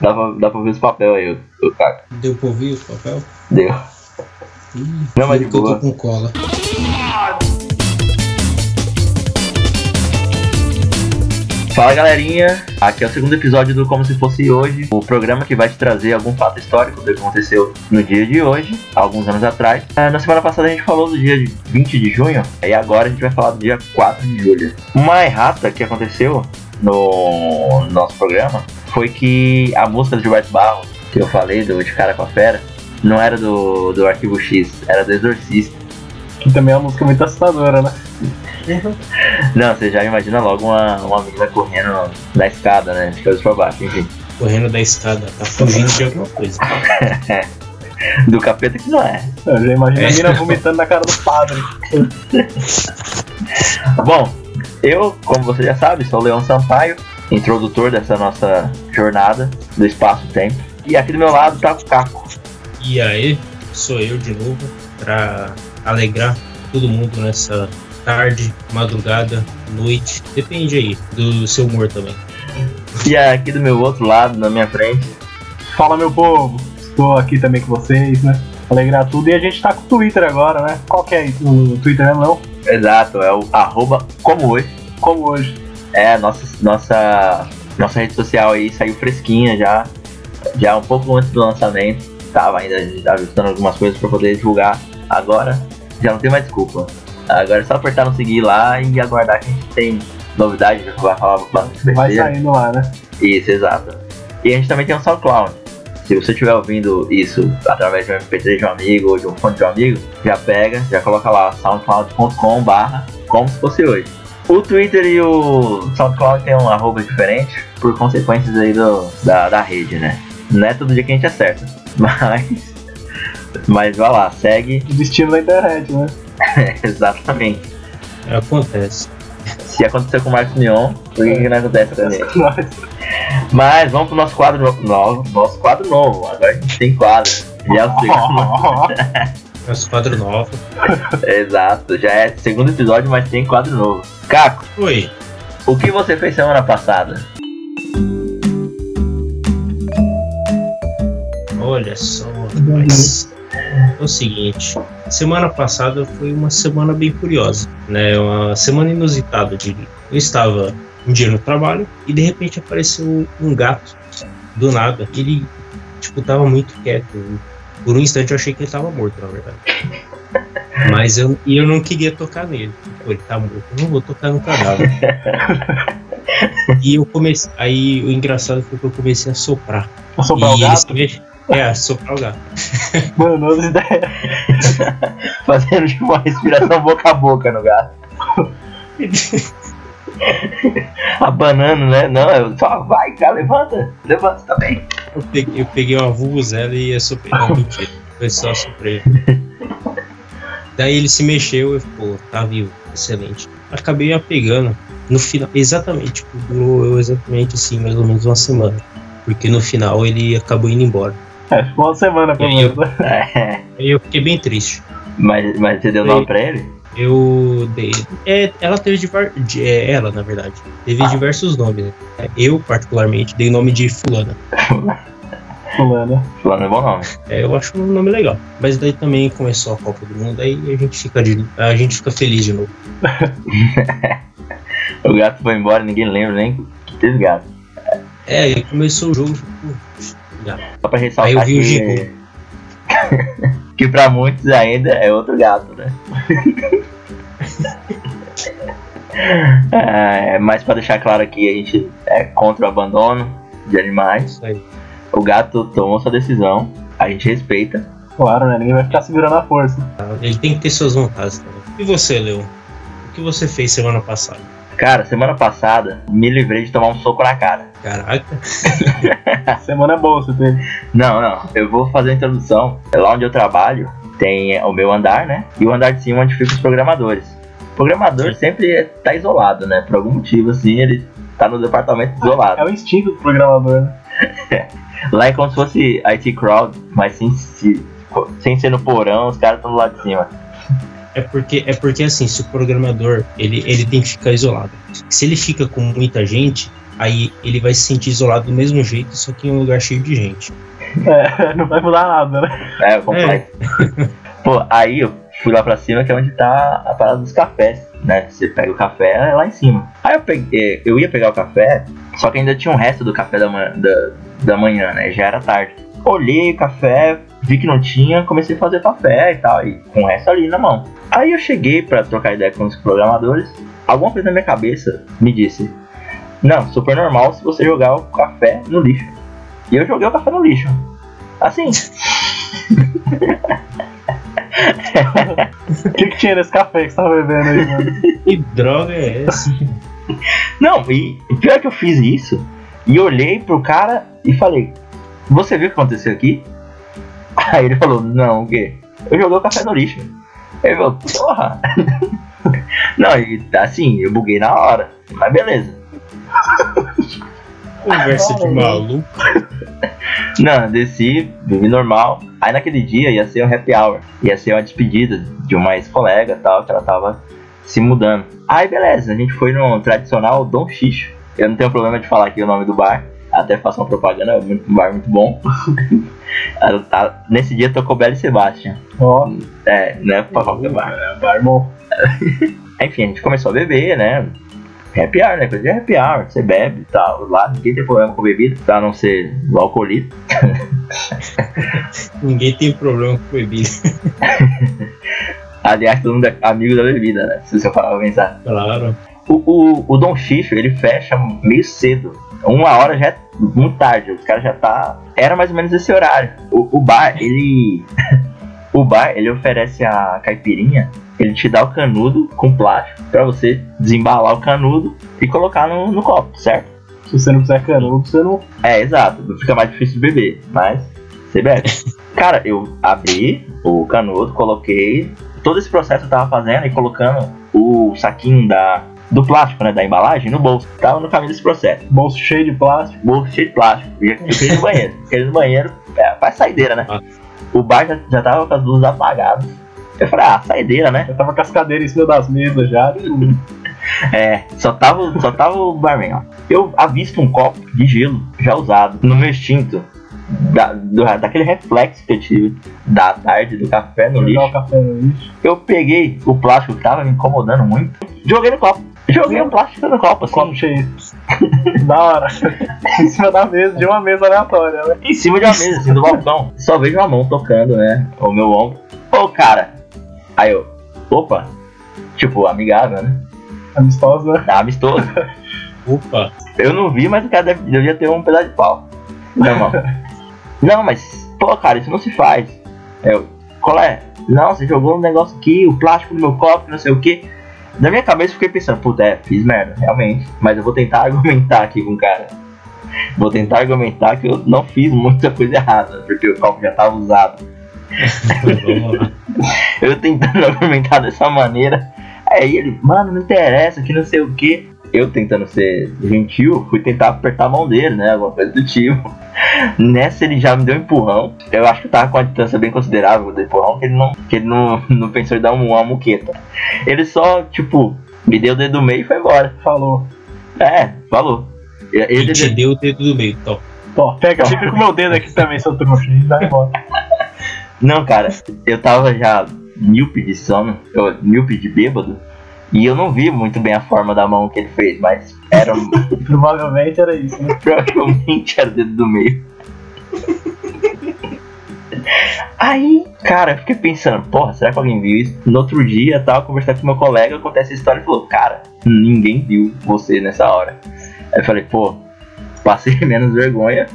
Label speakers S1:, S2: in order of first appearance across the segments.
S1: Dá pra, dá pra ver os papel aí, o, o Caco.
S2: Deu pra ouvir os papel?
S1: Deu.
S2: Ih,
S1: Não, mas
S2: juro
S1: de
S2: que eu
S1: boa.
S2: tô com cola.
S1: Fala galerinha, aqui é o segundo episódio do Como Se Fosse Hoje, o programa que vai te trazer algum fato histórico do que aconteceu no dia de hoje, há alguns anos atrás. Ah, Na semana passada a gente falou do dia de 20 de junho, e agora a gente vai falar do dia 4 de julho. Uma errata que aconteceu no nosso programa foi que a música do Gilberto Barros, que eu falei, do De Cara com a Fera, não era do, do Arquivo X, era do Exorcista.
S3: Que também é uma música muito assustadora, né?
S1: Não, você já imagina logo uma, uma menina correndo na escada, né, de cabeça pra baixo, enfim.
S2: Correndo da escada, tá fugindo de alguma coisa.
S1: Do capeta que não é.
S3: Eu já imagino
S2: É.
S3: a mina vomitando na cara do padre.
S1: Bom, eu, como você já sabe, sou o Leon Sampaio, introdutor dessa nossa jornada do espaço-tempo. E aqui do meu lado tá o Caco.
S2: E aí, sou eu de novo pra alegrar todo mundo nessa tarde, madrugada, noite, depende aí do seu humor também.
S1: E aqui do meu outro lado, na minha frente,
S3: Fala, meu povo. Estou aqui também com vocês, né? Alegrar tudo. E a gente tá com o Twitter agora, né? Qual que é o Twitter, né? Não?
S1: exato, é o arroba como hoje.
S3: Como hoje.
S1: É a nossa, nossa, nossa rede social aí, saiu fresquinha já, já um pouco antes do lançamento. Tava ainda ajustando algumas coisas para poder divulgar. Agora já não tem mais desculpa. Agora é só apertar no seguir lá e aguardar que a gente tem novidade, vai falar bastante
S3: Vai
S1: besteira.
S3: saindo lá, né?
S1: Isso, exato. E a gente também tem um SoundCloud. Se você estiver ouvindo isso através de um MP3 de um amigo ou de um fone de um amigo, já pega, já coloca lá soundcloud.com barra como se fosse hoje. O Twitter e o SoundCloud tem um arroba diferente por consequências aí do, da, da rede, né? Não é todo dia que a gente acerta, mas... Mas vai lá, segue
S3: O destino da internet, né?
S1: exatamente.
S2: Acontece.
S1: Se aconteceu com o Marcos Mion, por que, que não acontece com a gente?
S3: Nós-
S1: Mas vamos pro nosso quadro no- novo. Nosso quadro novo. Agora a gente tem quadro. Já é o segundo.
S2: Nosso quadro novo.
S1: Exato. Já é segundo episódio, mas tem quadro novo. Caco,
S2: Oi,
S1: o que você fez semana passada?
S2: Olha só, rapaz. É o seguinte, semana passada foi uma semana bem curiosa, né? Uma semana inusitada, eu diria. Eu estava um dia no trabalho e de repente apareceu um gato do nada. Ele, tipo, tava muito quieto. Por um instante eu achei que ele tava morto, na verdade. Mas eu, e eu não queria tocar nele. Pô, ele tá morto, eu não vou tocar no cadáver. e eu comecei. Aí o engraçado foi que eu comecei a soprar.
S3: Vou soprar o
S2: E eles
S3: gato.
S2: começam- É, soprar o gato.
S3: Mano, as ideias.
S1: Fazendo tipo, uma respiração boca a boca no gato. Abanando, né? Não, eu só vai, cara, levanta. Levanta, tá bem.
S2: Eu peguei, eu peguei uma vulvuzela e ia soprar. Não, mentira. Foi só soprar. Daí ele se mexeu e pô, tá vivo. Excelente. Acabei apegando. No final, exatamente, tipo, durou eu exatamente assim, mais ou menos uma semana. Porque no final ele acabou indo embora.
S3: É, ficou uma semana pelo
S2: E aí,
S3: menos. né?
S1: É,
S2: Aí eu fiquei bem triste.
S1: mas, mas você deu nome pra ele?
S2: Eu dei. É, ela teve diversos. É, ela, na verdade. Teve diversos nomes. né? Eu, particularmente, dei o nome de Fulana.
S3: Fulana.
S1: Fulano é bom nome.
S2: É, eu acho um nome legal. Mas daí também começou a Copa do Mundo, aí a gente fica, de- a gente fica feliz de novo.
S1: O gato foi embora, ninguém lembra nem que teve gato.
S2: É, aí começou o jogo. putz, já.
S1: Só pra ressaltar
S2: Aí eu vi o
S1: que... que pra muitos ainda é outro gato, né? é, mas pra deixar claro aqui, a gente é contra o abandono de animais.
S2: Isso aí.
S1: O gato tomou sua decisão, a gente respeita.
S3: Claro, né? Ninguém vai ficar segurando a força.
S2: tá? Ele tem que ter suas vontades também. E você, Leon? O que você fez semana passada?
S1: Cara, semana passada me livrei de tomar um soco na cara.
S2: Caraca,
S3: Semana é boa você teve.
S1: Não, não, eu vou fazer a introdução. É Lá onde eu trabalho tem o meu andar, né? E o andar de cima onde ficam os programadores. O programador sempre é- tá isolado, né? Por algum motivo, assim, ele tá no departamento isolado.
S3: É o instinto do programador, né?
S1: Lá é como se fosse IT Crowd, mas sem, se- sem ser no porão, os caras estão do lado de cima.
S2: é porque é porque assim, se o programador ele, ele tem que ficar isolado. Se ele fica com muita gente, Aí ele vai se sentir isolado do mesmo jeito, só que em um lugar cheio de gente.
S3: É, não vai mudar nada, né?
S1: É, complexo. Pô, aí eu fui lá pra cima, que é onde tá a parada dos cafés, né? Você pega o café, é lá em cima. Aí eu, peguei, é, eu ia pegar o café, só que ainda tinha um resto do café da manhã, da, da manhã, né? Já era tarde. Olhei o café, vi que não tinha, comecei a fazer café e tal, e com o resto ali na mão. Aí eu cheguei pra trocar ideia com os programadores, alguma coisa na minha cabeça me disse: Não, super normal se você jogar o café no lixo. E eu joguei o café no lixo. Assim.
S3: O que, que tinha nesse café que você tava bebendo aí, mano?
S2: Que droga é essa?
S1: Não, e e pior que eu fiz isso. E olhei pro cara e falei: Você viu o que aconteceu aqui? Aí ele falou: Não, o quê? Eu joguei o café no lixo. Aí ele falou: Porra! Não, e assim, eu buguei na hora. Mas beleza.
S2: Conversa de maluco.
S1: Não, eu desci, vivi normal. Aí naquele dia ia ser o happy hour. Ia ser uma despedida de uma ex-colega e tal, que ela tava se mudando. Aí beleza, a gente foi no tradicional Dom Xixo. Eu não tenho problema de falar aqui o nome do bar. Até faço uma propaganda, é um bar muito bom. Ah, tá. Nesse dia tocou Bela e Sebastian.
S3: Ó,
S1: É, né? Pra qualquer bar.
S3: vai, bom.
S1: Enfim, a gente começou a beber, né? Happy hour, né? Coisa de happy hour. Você bebe e tal. Lá ninguém tem problema com bebida, a não ser o alcoolista.
S2: Ninguém tem problema com bebida.
S1: Aliás, todo mundo é amigo da bebida, né? Se você parar pra pensar.
S2: Claro.
S1: O, o, o Dom Xixo, ele fecha meio cedo. Uma hora já é muito tarde. Os caras já tá. Era mais ou menos esse horário. O, o bar, ele. o bar, ele oferece a caipirinha. Ele te dá o canudo com plástico pra você desembalar o canudo e colocar no, no copo, certo?
S3: Se você não quiser canudo, você não.
S1: É, exato. Fica mais difícil de beber, mas você bebe. Cara, eu abri o canudo, coloquei. Todo esse processo eu tava fazendo e colocando o saquinho da, do plástico, né? Da embalagem no bolso. Tava no caminho desse processo.
S3: Bolso cheio de plástico.
S1: Bolso cheio de plástico. E eu queria ir no banheiro. Queria ir no banheiro, é, faz saideira, né? O bar já, já tava com as luzes apagadas. Eu falei, ah, saideira, né?
S3: Eu tava com as cadeiras em cima das mesas já.
S1: É, só tava, o- só tava o barman, ó. Eu avisto um copo de gelo já usado no meu instinto. Da, do- daquele reflexo que eu tive da tarde do café no
S3: Jogar o
S1: lixo.
S3: café no lixo.
S1: Eu peguei o plástico que tava me incomodando muito. Joguei no copo. Joguei o plástico no copo, assim,
S3: Copo cheio. da hora. em cima da mesa, de uma mesa aleatória, né?
S1: em cima de uma mesa, assim, do balcão. Só vejo uma mão tocando, né? O meu ombro. Ô, cara. Aí eu, opa. Tipo, amigável, né?
S3: Amistosa, né?
S1: Tá amistoso.
S2: Opa,
S1: Eu não vi, mas o cara deve, devia ter um pedaço de pau na mão. não, mas, pô, cara, isso não se faz. Eu, qual é? Não, você jogou um negócio aqui, o plástico no meu copo, não sei o que. Na minha cabeça eu fiquei pensando, puta, é, fiz merda, realmente. Mas eu vou tentar argumentar aqui com o cara. Vou tentar argumentar que eu não fiz muita coisa errada, porque o copo já tava usado
S2: vamos lá.
S1: eu tentando argumentar dessa maneira. Aí ele, mano, não interessa, que não sei o que. Eu tentando ser gentil, fui tentar apertar a mão dele, né? Alguma coisa do tipo. Nessa ele já me deu um empurrão. Eu acho que eu tava com a distância bem considerável do empurrão, que ele não, que ele não, não pensou em dar um- uma muqueta. Ele só, tipo, me deu o dedo do meio e foi embora.
S3: Falou.
S1: É, falou.
S2: Ele
S1: Ele,
S2: te deu o dedo do meio, top.
S3: Ó, pega, fica com meu dedo aqui também, seu trouxa. E vai embora.
S1: Não, cara, eu tava já míope de sono, eu, míope de bêbado, e eu não vi muito bem a forma da mão que ele fez, mas era um,
S3: Provavelmente era isso, né?
S1: provavelmente era o dedo do meio. Aí, cara, eu fiquei pensando, porra, será que alguém viu isso? No outro dia, eu tava conversando com meu colega, acontece essa história e falou, cara, ninguém viu você nessa hora. Aí eu falei, pô, passei menos vergonha,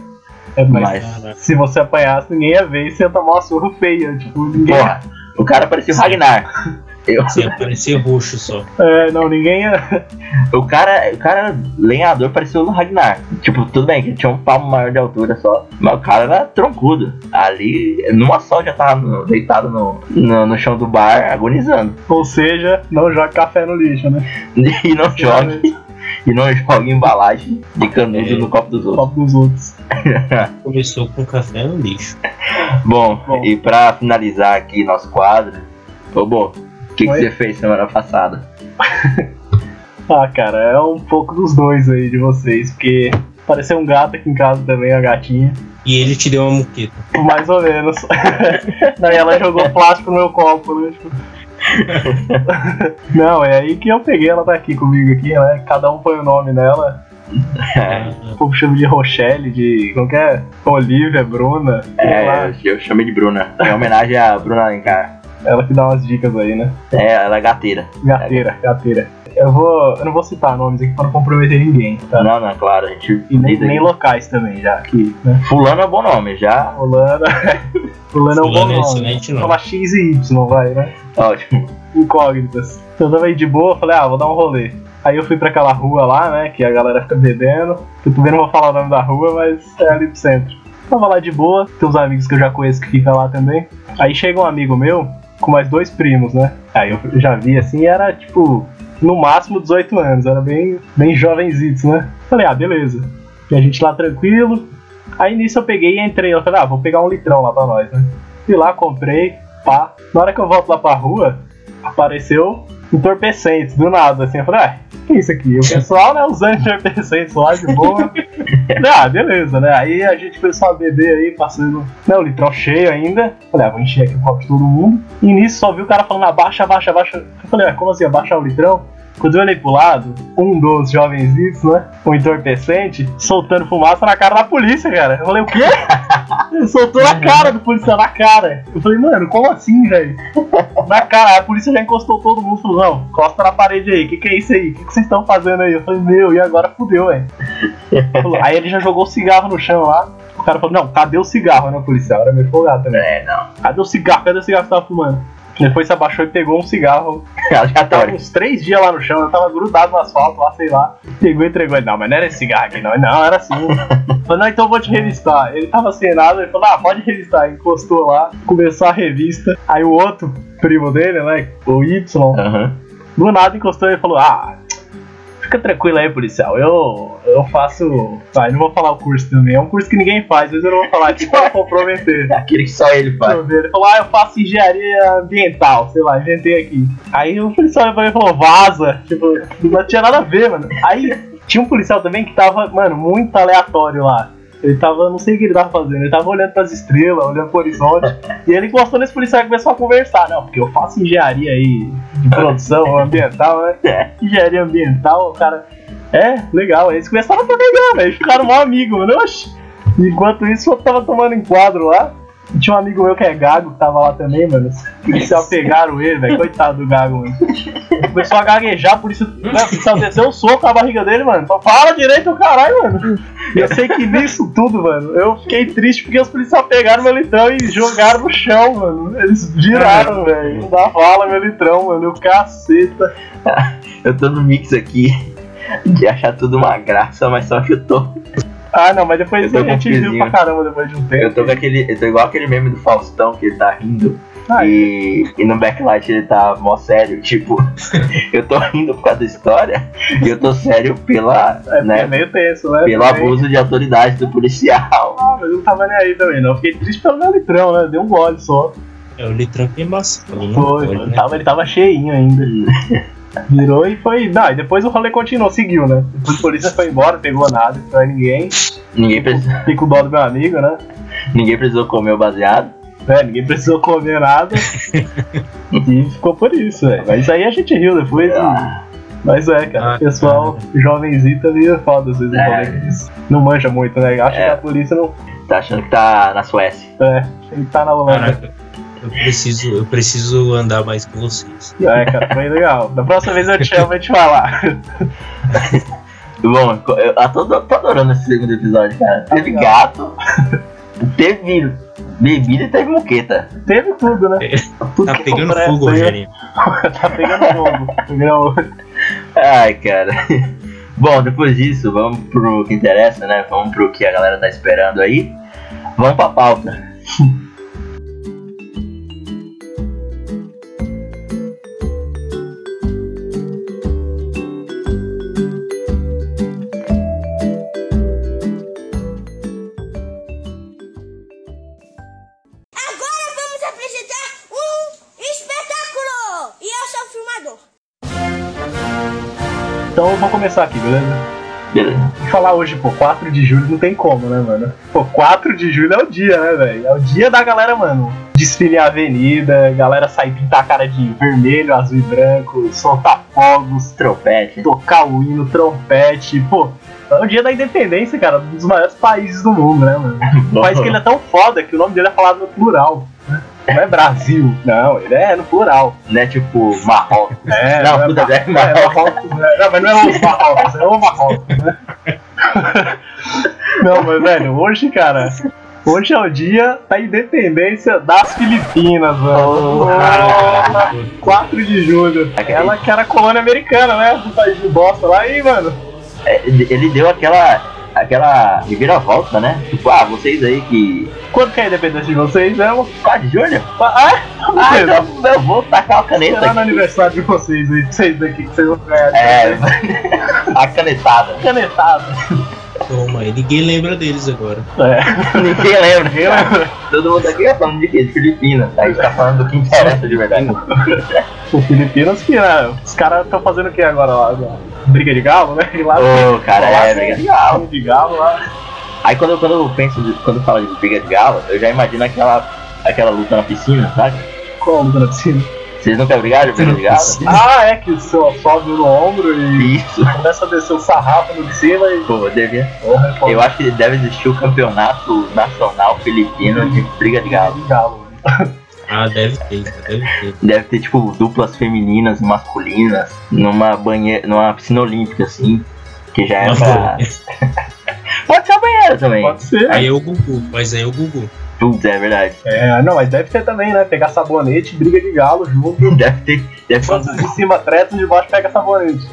S3: É, mas
S1: mas,
S2: Caraca.
S3: se você apanhasse, ninguém ia ver e você ia tomar uma surra feia. Tipo, ninguém.
S1: porra, o cara parecia o Ragnar. Eu,
S2: Você ia Assim, aparecer roxo só.
S3: É, não, ninguém ia.
S1: O cara, o cara era lenhador parecia o Ragnar. Tipo, tudo bem, que ele tinha um palmo maior de altura só. Mas o cara era troncudo. Ali, numa só, já tava no- deitado no, no, no chão do bar, agonizando.
S3: Ou seja, não joga café no lixo, né?
S1: E não joga. E não joga embalagem de canudo
S2: É.
S1: no copo dos outros.
S3: Copo dos outros.
S2: Começou com café no lixo.
S1: Bom,
S3: Bom.
S1: e pra finalizar aqui nosso quadro, ô Bo, o que, que
S3: Oi?
S1: você fez semana passada?
S3: Ah, cara, é um pouco dos dois aí de vocês, porque apareceu um gato aqui em casa também, a gatinha.
S2: E ele te deu uma muqueta.
S3: Mais ou menos. Daí ela jogou plástico no meu copo, né? Tipo... Não, é aí que eu peguei, ela tá aqui comigo aqui, né? Cada um põe o nome dela. É.
S2: Ah,
S3: O povo chama de Rochelle, de qualquer Olivia, Bruna, sei lá.
S1: É, eu, eu chamei de Bruna. É homenagem a Bruna Alencar.
S3: ela que dá umas dicas aí, né?
S1: É, ela é gateira.
S3: Gateira, gateira. Eu vou. Eu não vou citar nomes aqui pra não comprometer ninguém, tá?
S1: Não, não, claro, a gente.
S3: E nem, nem locais também, já que, né?
S1: Fulano é bom nome, já.
S3: Holanda. Fulano é um bom
S2: Fulano é
S3: nome.
S2: excelente nome.
S3: Falar X e Y, vai, né?
S1: Ótimo.
S3: incógnitas. Eu tava aí de boa, falei, ah, vou dar um rolê. Aí eu fui pra aquela rua lá, né, que a galera fica bebendo. Eu também não vou falar o nome da rua, mas é ali pro centro. Tava lá de boa, tem uns amigos que eu já conheço que ficam lá também. Aí chega um amigo meu, com mais dois primos, né? Aí eu já vi assim, era tipo, no máximo 18 anos, era bem, bem jovenzito, né? Falei, ah, beleza. E a gente lá tranquilo. Aí nisso eu peguei e entrei. Eu falei, ah, vou pegar um litrão lá pra nós, né? Fui lá, comprei, pá. Na hora que eu volto lá pra rua, apareceu entorpecentes, do nada, assim. Eu falei, ah, que isso aqui? O pessoal, né, usando entorpecentes lá de boa. Falei, ah, beleza, né? Aí a gente começou a beber aí, passando, né, o litrão cheio ainda. Falei, ah, vou encher aqui o copo de todo mundo. E nisso só vi o cara falando, abaixa, abaixa, abaixa. Eu falei, ah, como assim, abaixar o litrão? Quando eu olhei pro lado, um dos jovenzitos, né? Um entorpecente, soltando fumaça na cara da polícia, cara. Eu falei, o quê? Ele soltou na cara do policial, na cara. Eu falei, mano, como assim, velho? Na cara, a polícia já encostou todo mundo, falou, não, encosta na parede aí, que que é isso aí? O que, que vocês estão fazendo aí? Eu falei, meu, e agora fudeu, velho. Falou, Aí ele já jogou o cigarro no chão lá. O cara falou, não, cadê o cigarro, né, policial? Era meio folgado também.
S1: É, não.
S3: Cadê o cigarro? Cadê o cigarro que você tava fumando? Depois se abaixou e pegou um cigarro Tava
S1: Aleatório.
S3: uns três dias lá no chão, eu tava grudado no asfalto lá, sei lá. Pegou e entregou ele. Não, mas não era esse cigarro aqui, não. Não, era assim. Falei, não, então eu vou te revistar. Ele tava sem nada, ele falou, ah, pode revistar. Encostou lá, começou a revista. Aí o outro primo dele, né, o Y,
S1: Aham.
S3: do nada encostou e falou, ah, fica tranquilo aí, policial. Eu, eu faço... Tá, eu não vou falar o curso também. É um curso que ninguém faz, mas eu não vou falar aqui pra comprometer.
S1: Aquele que só ele
S3: Deixa
S1: faz.
S3: eu ver. Ele falou, ah, eu faço engenharia ambiental, sei lá, inventei aqui. Aí o policial olhou pra mim e falou, vaza. Tipo, não tinha nada a ver, mano. Aí tinha um policial também que tava, mano, muito aleatório lá. Ele tava, não sei o que ele tava fazendo, ele tava olhando pras estrelas, olhando pro horizonte. e ele gostou desse policial e começou a conversar. Não, porque eu faço engenharia aí de produção ambiental, né?
S1: É.
S3: engenharia ambiental, o cara. É, legal. Eles começaram a pegar, velho. Ficaram mal amigos, mano. Oxi. Enquanto isso, eu tava tomando enquadro lá. E tinha um amigo meu que é gago, que tava lá também, mano. Os policial pegaram ele, velho. Coitado do gago, mano. Começou a gaguejar, por isso. Né, o policial desceu o soco na barriga dele, mano. Só fala direito, caralho, mano. E eu sei que nisso tudo, mano, eu fiquei triste porque os policiais pegaram meu litrão e jogaram no chão, mano. Eles viraram,
S1: É.
S3: velho. Da bala, meu litrão, mano. Eu, Caceta.
S1: Eu tô no mix aqui de achar tudo uma graça, mas só que eu tô.
S3: Ah, não, mas depois
S1: Eu tô
S3: a
S1: com
S3: gente viu
S1: friozinho.
S3: pra caramba depois de um tempo.
S1: Eu tô com aquele. Eu tô igual aquele meme do Faustão que ele tá rindo.
S3: Aí,
S1: E,
S3: é.
S1: e no backlight ele tá mó sério, tipo, eu tô rindo por causa da história e eu tô sério pela,
S3: é, porque é
S1: né,
S3: meio tenso, né?
S1: pelo
S3: Também.
S1: abuso de autoridade do policial.
S3: Ah, mas eu não tava nem aí também, não. Eu Fiquei triste pelo meu litrão, né? Deu um gole só.
S2: É, o litrão que embaçou. não
S3: Foi, tá
S2: pode,
S3: ele,
S2: né?
S3: tava, ele tava cheinho ainda. Virou e foi. Não, e depois o rolê continuou, seguiu, né? Depois a polícia foi embora, pegou nada, não foi ninguém.
S1: Ninguém, precis-
S3: Fiquei com o dó do meu amigo, né?
S1: ninguém precisou comer o baseado.
S3: É, ninguém precisou comer nada. e ficou por isso, velho. Mas aí a gente riu depois. e-
S1: Ah,
S3: Mas é, cara,
S2: Ah,
S3: o pessoal jovenzito ali é foda, às vezes
S1: É.
S3: não lembra disso. Não manja muito, né? Acho
S1: É.
S3: que a polícia não.
S1: tá achando que tá na Suécia.
S3: É, ele tá na Holanda.
S2: Caraca, eu preciso, eu preciso andar mais com vocês.
S3: É, cara, foi legal. Da próxima vez eu te chamo e te falar.
S1: Bom, eu eu tô, tô adorando esse segundo episódio, cara. Teve
S3: Tá legal.
S1: gato, teve bebida e teve moqueta.
S3: Teve tudo, né? Tudo
S2: Tá
S3: que
S2: pegando
S3: oferece
S2: fogo,
S3: aí,
S2: Rogerinho.
S3: Tá pegando fogo. Entendeu?
S1: Ai, cara. Bom, depois disso, vamos pro que interessa, né? Vamos pro que a galera tá esperando aí. Vamos pra pauta.
S4: Agora vamos apresentar um espetáculo! E eu sou o filmador.
S3: Então eu vou começar aqui, beleza?
S1: Beleza.
S3: E falar hoje, pô, 4 de julho não tem como, né, mano? Pô, 4 de julho é o dia, né, velho? É o dia da galera, mano. Desfile a avenida, galera sair pintar a cara de vermelho, azul e branco, soltar fogos,
S1: Trompete.
S3: tocar o hino, trompete, pô. É o dia da independência, cara, um dos maiores países do mundo, né, mano? Um país que ele é tão foda que o nome dele é falado no plural. né? Não é Brasil, não, ele é no plural.
S1: Né, tipo, Marrocos.
S3: É,
S1: Não,
S3: é
S1: puta,
S3: Mar-
S1: é
S3: não, é Marrocos, né? Não, mas não é o Marrocos, é o Marrocos. né? Não, mas velho, hoje, cara, hoje é o dia da independência das Filipinas, mano.
S2: Caraca,
S3: 4 de julho.
S1: É
S3: Ela que era colônia americana, né? Do país de bosta lá aí, mano.
S1: É, ele ele deu aquela. Aquela reviravolta, né? Tipo, ah, vocês aí que.
S3: Quando que é a independência de vocês? É o.
S1: Ah, Júnior?
S3: Ah,
S1: Ah,
S3: beleza.
S1: então eu vou tacar a caneta
S3: Será no
S1: aqui.
S3: aniversário de vocês aí, vocês daqui que vocês vão ganhar.
S1: É, a canetada.
S3: Canetado.
S2: Toma, aí, ninguém lembra deles agora.
S3: É.
S1: Ninguém lembra.
S3: Ninguém lembra.
S1: Todo mundo aqui tá falando de quê? De Filipinas. A gente tá falando do que interessa de verdade.
S3: O Filipinas que, né, os caras estão fazendo o que agora lá? né? Briga de galo, né? E Lá,
S1: Ô, cara,
S3: lá
S1: é,
S3: tem
S1: briga de galo.
S3: de galo lá.
S1: Aí quando, eu- quando eu penso, de- quando fala de briga de galo, eu já imagino aquela, aquela luta na piscina, sabe?
S3: Como, dona Piscina?
S1: Vocês nunca brigaram de briga de galo?
S3: Ah, é que o seu sobe no ombro e
S1: Isso.
S3: começa a descer o sarrafo no de cima e.
S1: Pô, devia.
S3: Porra, é foda.
S1: Eu acho que deve existir o campeonato nacional filipino de briga de galo.
S3: De galo. né?
S2: Ah, deve ter, deve ter.
S1: Deve ter, tipo, duplas femininas e masculinas numa banheira, numa piscina olímpica, assim. Que já é
S2: Mas,
S1: pra... Pode ser a banheira também.
S3: Pode ser.
S2: aí é o Gugu, mas aí é o Gugu.
S1: Putz, é verdade.
S3: É, não, mas deve ter também, né? Pegar sabonete, briga de galo junto.
S1: Deve ter, deve,
S3: Enquanto os de cima tretam, os de baixo pega sabonete.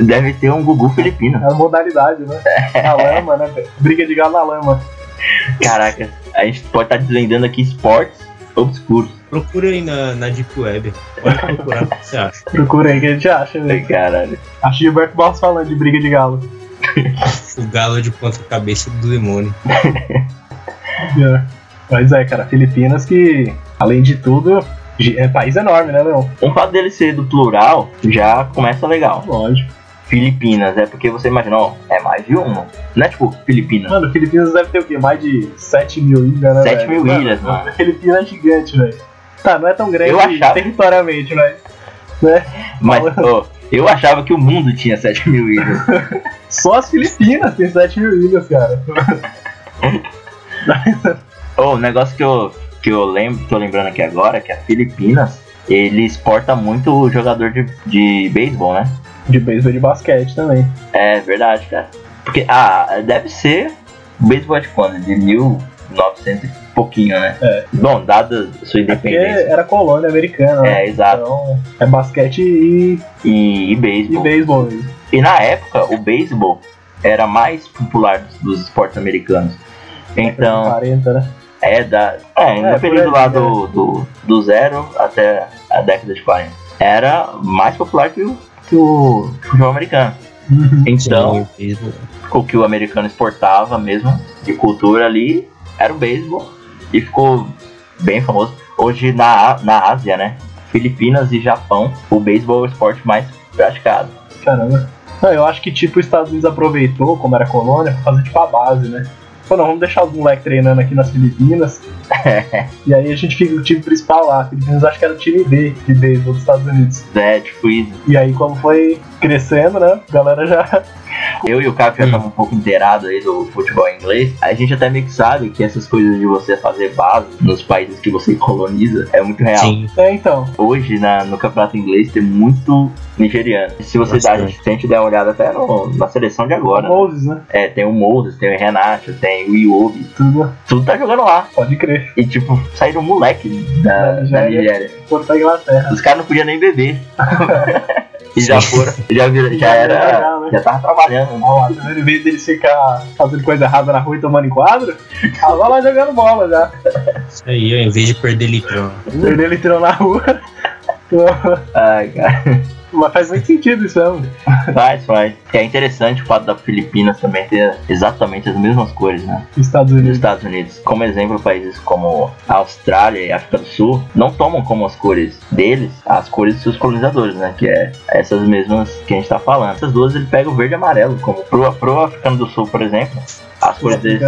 S1: deve ter um Gugu filipino.
S3: É uma modalidade, né? Na lama, né? velho? Briga de galo na lama.
S1: Caraca, a gente pode estar desvendando aqui esportes obscuros.
S2: Procura aí na, na Deep Web. Pode procurar o que você acha.
S3: Procura aí que a gente acha,
S1: Ai,
S3: velho.
S1: Caralho.
S3: Acho Gilberto Barros falando de briga de galo.
S2: O galo de ponta-cabeça do demônio.
S3: É. Mas é, cara, Filipinas que, além de tudo, gi- é país enorme, né, Leon?
S1: O Um fato dele ser do plural já começa legal.
S3: Lógico.
S1: Filipinas, é porque você imagina, ó, é mais de uma. Não é tipo Filipinas.
S3: Mano, Filipinas deve ter o quê? Mais de 7 mil ilhas, né?
S1: 7
S3: velho?
S1: mil ilhas, mano.
S3: Filipinas é gigante, velho. Tá, não é tão grande
S1: Eu achava-
S3: territorialmente, mas
S1: Mas, ó, eu achava que o mundo tinha 7 mil ilhas.
S3: só as Filipinas tem 7 mil ilhas, cara.
S1: Ô, um negócio que eu, que eu lembro, tô lembrando aqui agora, que a Filipinas, ele exporta muito o jogador de, de beisebol, né?
S3: De beisebol e de basquete também.
S1: É verdade, cara. Porque, ah, deve ser o beisebol é de quando? De 1900 e pouquinho, né?
S3: É.
S1: Bom, dada sua
S3: Porque
S1: independência.
S3: era colônia americana, né?
S1: É, exato.
S3: Então, é basquete e,
S1: E, e
S3: e
S1: beisebol.
S3: beisebol mesmo.
S1: E na época, o beisebol era mais popular dos, dos esportes americanos. Então,
S3: 40, né?
S1: é da. É, no
S3: É,
S1: período
S3: por aí,
S1: lá
S3: né?
S1: do, do, do zero até a década de 40. Era mais popular que o, que o futebol americano. Então,
S2: Sim, o beisebol.
S1: o que o americano exportava mesmo de cultura ali era o beisebol e ficou bem famoso. Hoje na, A- na Ásia, né? Filipinas e Japão, o beisebol é o esporte mais praticado.
S3: Caramba. Não, eu acho que tipo os Estados Unidos aproveitou, como era colônia, pra fazer tipo a base, né? Pô, não, vamos deixar os moleques treinando aqui nas Filipinas. e aí a gente fica o time principal lá. Filipinas acho que era o time B de beisebol dos Estados Unidos.
S1: É, tipo, isso.
S3: E aí como foi crescendo, né? A galera já.
S1: eu e o Caio
S2: Hum.
S1: já estamos um pouco inteirados aí do futebol inglês. A gente até meio que sabe que essas coisas de você fazer base nos países que você coloniza é muito real.
S2: Sim,
S3: É, então.
S1: Hoje na, no campeonato inglês tem muito nigeriano. Se você dá, a
S2: Bastante.
S1: gente, se a gente der uma olhada até no- na seleção de agora, né?
S3: Moses, né?
S1: É, tem o Moses, tem o Renato, tem o Iobi.
S3: Tudo.
S1: Tudo tá jogando lá.
S3: Pode crer.
S1: E, tipo, saíram moleque da,
S3: Da
S1: da
S3: Nigéria.
S1: Nigéria.
S3: Porto da Inglaterra.
S1: Os caras não podiam nem beber. e já foram. Já, viram, já
S3: Já
S1: era.
S3: era, né?
S1: Já tava trabalhando. né?
S3: Olha lá, primeiro em vez deles ficar fazendo coisa errada na rua e tomando em quadro, tava lá jogando bola já.
S2: isso aí, ó, em vez de perder litrão.
S3: Perdeu ele tirou na rua.
S1: Ai, cara.
S3: Mas faz muito sentido isso, né? não.
S1: Faz, faz. Que é interessante o fato da Filipinas também ter exatamente as mesmas cores, né?
S3: Estados
S1: Nos
S3: Unidos.
S1: Estados Unidos. Como exemplo, países como a Austrália e África do Sul não tomam como as cores deles as cores dos seus colonizadores, né? Que é essas mesmas que a gente tá falando. Essas duas ele pega o verde e amarelo, como pro, pro africano do sul, por exemplo. As cores deles.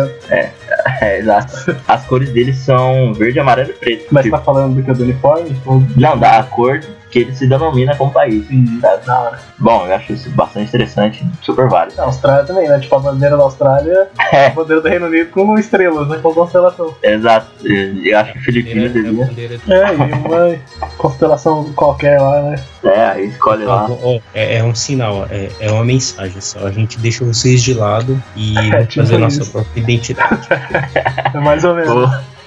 S1: É, exato. As cores deles são verde, amarelo e preto.
S3: Mas
S1: Tipo,
S3: tá falando do que é do uniforme? Ou-
S1: não, dá a cor que ele se denomina como país.
S3: Sim, é, da hora.
S1: Bom, eu acho isso bastante interessante, super válido.
S3: A Austrália também, né? Tipo, a bandeira da Austrália,
S1: É.
S3: a bandeira do Reino Unido com estrelas, né? Com constelação.
S1: Exato. Eu eu acho que
S2: Bandeira,
S1: Filipinas
S2: a
S1: devia.
S2: bandeira do-
S3: É, e uma constelação qualquer lá, né?
S1: É, aí escolhe lá.
S2: Ó, ó, é, é um sinal, ó, é, é uma mensagem só. A gente deixa vocês de lado e
S3: É,
S2: vamos
S3: tipo
S2: fazer nossa
S3: isso.
S2: própria identidade.
S3: É mais ou menos.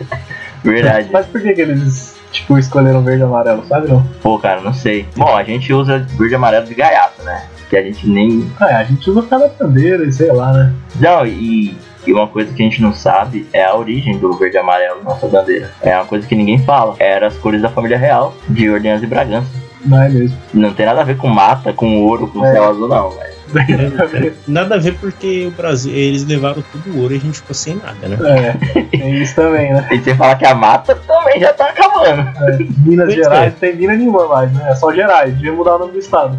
S1: Pô, Verdade.
S3: Mas por que, que eles, tipo, escolheram verde e amarelo, sabe não?
S1: Pô, cara, não sei. Bom, a gente usa verde e amarelo de gaiato, né? Que a gente nem.
S3: Ah, é, a gente usa cada bandeira e sei lá, né?
S1: Não, e, e uma coisa que a gente não sabe é a origem do verde e amarelo na nossa bandeira. É uma coisa que ninguém fala. Era as cores da família real, de Orleans e Bragança.
S3: Não é mesmo.
S1: Não tem nada a ver com mata, com ouro, com
S3: É.
S1: céu azul, não. velho.
S2: Né? Nada a ver porque o Brasil, eles levaram tudo o ouro e a gente ficou sem nada, né?
S3: É, tem isso também, né?
S1: E você fala que a mata também já tá acabando.
S3: É, Minas
S2: Pois
S3: Gerais não tem Minas nenhuma mais, né? É só Gerais, devia mudar o nome do estado.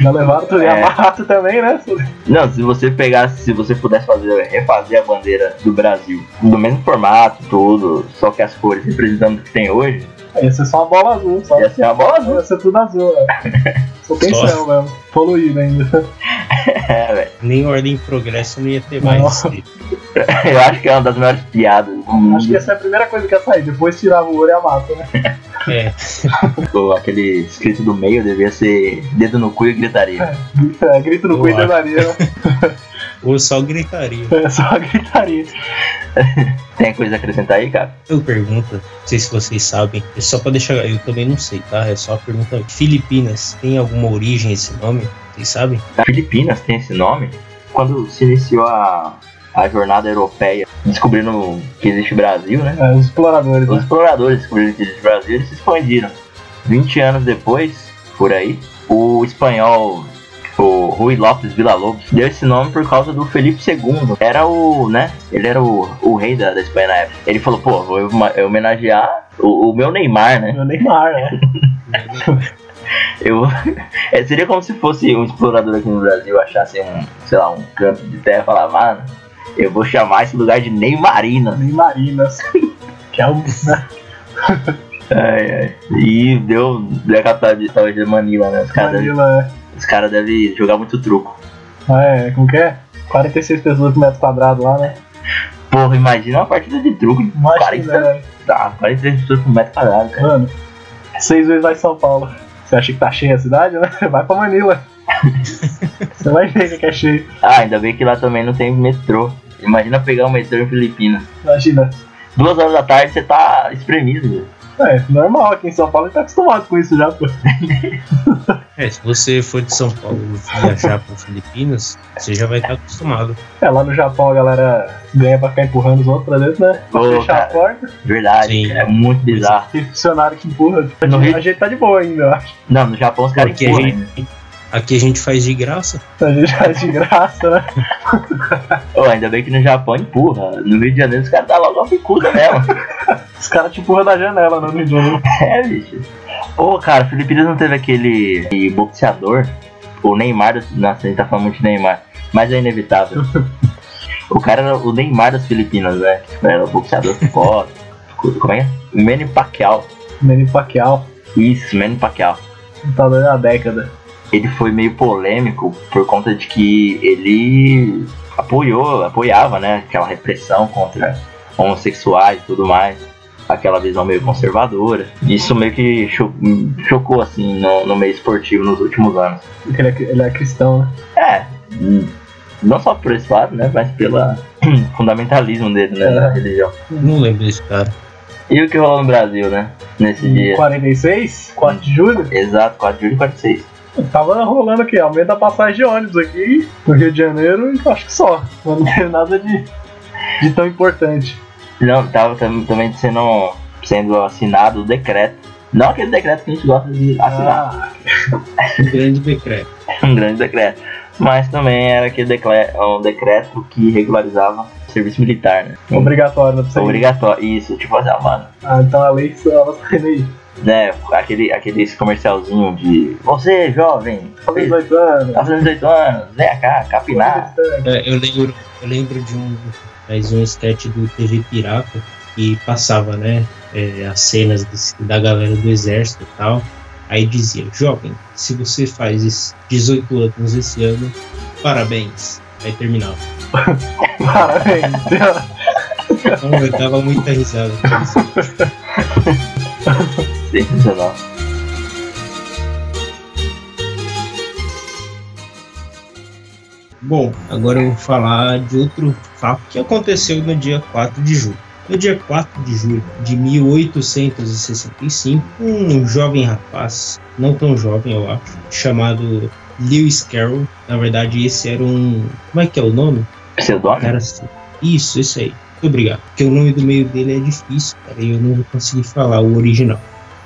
S3: Já levaram tudo. E
S1: É.
S3: a Mato também, né?
S1: Não, se você pegasse, se você pudesse fazer, refazer a bandeira do Brasil do mesmo formato, tudo, só que as cores representando o que tem hoje,
S3: Ia ser só uma bola azul, só.
S1: ia ser uma bola azul.
S3: Ia ser tudo azul, né? Só tem
S2: Só.
S3: céu mesmo. Poluído ainda.
S1: É, velho.
S2: Nem ordem em progresso não ia ter
S3: Não.
S2: mais.
S1: Eu acho que é uma das melhores piadas do mundo.
S3: Acho que essa é a primeira coisa que ia sair. Depois tirava o ouro e a mata, né?
S2: É,
S1: Ou Aquele escrito do meio devia ser dedo no cu e gritaria.
S3: É, grito no cu e
S2: Eu acho.
S3: dedaria, né?
S2: ou só gritaria.
S3: É só gritaria.
S1: Tem coisa a acrescentar aí, cara?
S2: Eu pergunto, não sei se vocês sabem, é só pra deixar, eu também não sei, tá? É só uma pergunta. Filipinas tem alguma origem esse nome? Vocês sabem?
S1: A Filipinas tem esse nome? Quando se iniciou a, a jornada europeia, descobrindo que existe Brasil, né?
S3: É, os exploradores,
S1: Os
S3: né?
S1: exploradores descobriram que existe Brasil e se expandiram. 20 anos depois, por aí, o espanhol o Rui Lopes Villa-Lobos deu esse nome por causa do Felipe II. Era o, né? Ele era o, o rei da, da Espanha na época. Ele falou, pô, vou homa- homenagear o, o meu Neymar, né?
S3: O Neymar, né?
S1: Eu, é, seria como se fosse um explorador aqui no Brasil achasse um, sei lá, um canto de terra e falar, mano, eu vou chamar esse lugar de Neymarina.
S3: Neymarinas. Que é o. né?
S1: Ai, ai. E deu da capital de, talvez de Manila, né? Os caras devem
S3: Manila, é.
S1: os cara deve jogar muito truco.
S3: Ah, é, como que é? 46 pessoas por metro quadrado lá, né?
S1: Porra, imagina uma partida de truco. de
S3: Imagina,
S1: 40,
S3: né?
S1: tá, 43 pessoas por metro quadrado, cara.
S3: Mano, seis vezes mais São Paulo. Você acha que tá cheia a cidade, né? Vai pra Manila. Você vai ver que é cheio.
S1: Ah, ainda bem que lá também não tem metrô. Imagina pegar um metrô em Filipinas.
S3: Imagina.
S1: Duas horas da tarde você tá espremido, velho.
S3: É, normal, aqui em São Paulo a gente tá acostumado com isso já, pô.
S2: É, se você for de São Paulo viajar para Filipinas, você já vai estar acostumado.
S3: É, lá no Japão a galera ganha pra ficar empurrando os outros pra dentro, né? Pra
S1: Ô,
S3: fechar
S1: cara.
S3: a porta.
S1: Verdade,
S2: Sim.
S1: cara, é muito bizarro.
S3: Tem funcionário que empurra.
S1: No Rio-
S3: A gente tá de boa ainda, eu acho.
S1: Não, no Japão os caras
S2: Porque a
S1: empurram. né?
S2: gente, aqui a gente faz de graça.
S3: A gente tá de graça, né?
S1: Ô, ainda bem que no Japão empurra. No Rio de Janeiro os caras dão logo uma bicuda mesmo.
S3: Os caras te empurram da janela, né? No jogo.
S1: é, bicho. Ô, cara, Filipinas não teve aquele boxeador? O Neymar, das- nossa, a gente tá falando muito de Neymar, mas é inevitável. o cara era o Neymar das Filipinas, né? Tipo, era o boxeador foda. Como é? que é? Manny Pacquiao.
S3: Manny Pacquiao.
S1: Isso, Manny Pacquiao.
S3: Tá dando a década.
S1: ele foi meio polêmico por conta de que ele apoiou, apoiava, né, aquela repressão contra homossexuais e tudo mais, aquela visão meio conservadora. Isso meio que cho- chocou assim no, no meio esportivo nos últimos anos.
S3: Porque ele é, ele é cristão, né?
S1: É, hum, não só por esse lado, né, mas pelo fundamentalismo dele, né, da religião.
S2: Não lembro desse cara.
S1: E o que rolou no Brasil, né, nesse
S3: Em
S1: dia?
S3: 46, 4 de julho,
S1: Exato, 4 de julho de 46.
S3: tava rolando aqui, aumento da passagem de ônibus aqui no Rio de Janeiro e acho que só. Mas não teve nada de, de tão importante.
S1: Não, tava tam- também sendo, sendo assinado o decreto Não aquele decreto que a gente gosta de assinar.
S3: Ah,
S2: Um grande decreto.
S1: Um grande decreto. Mas também era aquele decre- um decreto que regularizava o serviço militar, né?
S3: obrigatório, não precisa. ir.
S1: Obrigatório. Isso, tipo assim, ah, mano.
S3: Ah, então a lei só ela tá indo aí.
S1: Né, aquele, aquele esse comercialzinho de você, jovem,
S3: Faz 18 anos.
S1: tá fazendo 18 anos, vem cá, capinar.
S2: É, eu lembro, eu lembro de um mais um sketch do TV Pirata que passava, né, é, as cenas desse- da galera do exército e tal. Aí dizia, jovem, se você faz esse- 18 anos esse ano, parabéns. Aí terminava.
S3: Parabéns.
S2: Então, eu dava muita risada. com isso.
S1: Sensacional.
S2: Bom, agora eu vou falar de outro fato que aconteceu no dia 4 de julho. No dia 4 de julho de 1865, um jovem rapaz, não tão jovem eu acho, chamado Lewis Carroll, na verdade esse era um. Como é que é o nome?
S1: Pseudônimo?
S2: Cara, assim, isso, isso aí. Muito obrigado. Porque o nome do meio dele é difícil, cara, e eu não vou conseguir falar o original.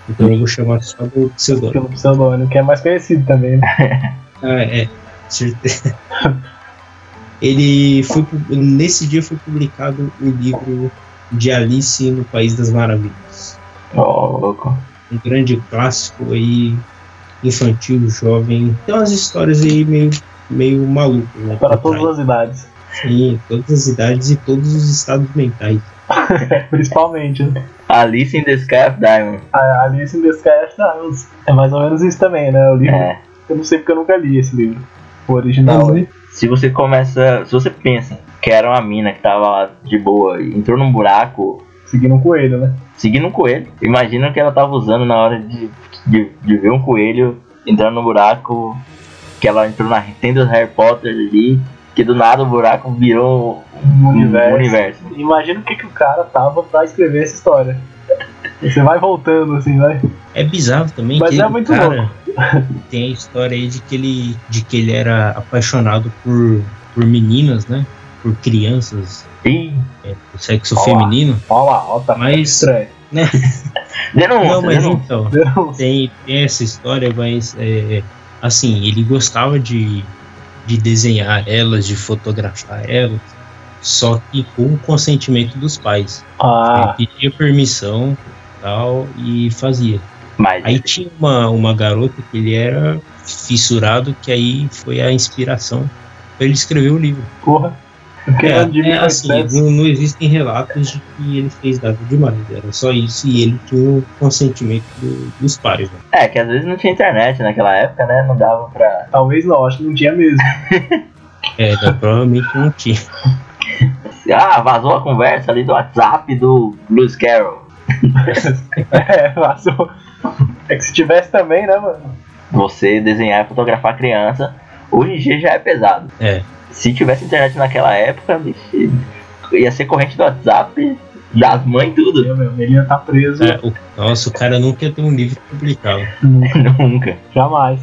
S2: Então eu vou chamar só do pseudônimo.
S3: Pelo pseudônimo, que é mais conhecido também, né?
S2: Ah, é, certeza. Ele foi pu- nesse dia foi publicado o livro de Alice no País das Maravilhas,
S1: Ô, louco.
S2: um grande clássico aí infantil, jovem. Tem umas histórias aí meio meio malucas, né?
S3: Para
S2: por
S3: todas as idades.
S2: trás. Sim, todas as idades e todos os estados mentais.
S3: Principalmente, né?
S1: Alice in the Sky of Diamond.
S3: A Alice in the Sky of Diamonds. É mais ou menos isso também, né? O livro.
S1: É.
S3: Eu não sei porque eu nunca li esse livro. O original.
S2: Uhum.
S3: né?
S1: Se você começa. Se você pensa que era uma mina que tava lá de boa e entrou num buraco
S3: Seguindo um coelho, né?
S1: seguindo um coelho, imagina o que ela tava usando na hora de, de, de ver um coelho entrando no buraco. Que ela entrou na tenda do Harry Potter ali. Que do nada o buraco virou
S3: Um
S2: Uhum.
S1: um
S3: universo.
S1: universo.
S3: Imagina o que, que o cara tava pra escrever essa história. Você vai voltando, assim, vai.
S2: É bizarro também
S3: Mas
S2: que
S3: é
S2: o
S3: muito
S2: cara tem a história aí de que ele de que ele era apaixonado por por meninas, né? Por crianças
S1: Ih,
S2: do sexo
S3: Olá.
S2: feminino.
S3: Olha lá, ó, tá
S2: Mas
S3: estranho.
S1: denúncia,
S2: Não, mas
S1: denúncia.
S2: então,
S3: Não sei.
S2: tem, tem essa história, mas é, assim, ele gostava de, de desenhar elas, de fotografar elas, só que com o consentimento dos pais.
S3: Ah,
S2: Ele pedia permissão tal, e fazia.
S1: Mas
S2: Aí tinha uma, uma garota que ele era fissurado, que aí foi a inspiração pra ele escrever o livro.
S3: porra. Eu
S2: É,
S3: queria de
S2: é assim,
S3: 1800.
S2: não, não existem relatos de que ele fez nada demais, era só isso, e ele tinha o consentimento do- dos pais. né?
S1: É, que às vezes não tinha internet naquela época, né? Não dava pra.
S3: Talvez não, acho que não tinha mesmo.
S2: É, não, provavelmente não tinha.
S1: Ah, vazou a conversa ali do WhatsApp do Blues Carroll.
S3: é, vazou. É que se tivesse também, né, mano?
S1: Você desenhar e fotografar criança, hoje em dia já é pesado.
S2: É.
S1: Se tivesse internet naquela época, bicho, ia ser corrente do WhatsApp das mães tudo. né?
S3: Eu, meu, ele ia estar preso
S2: É, o- nossa, o cara nunca ia ter um livro publicado.
S3: É
S1: Nunca.
S3: jamais.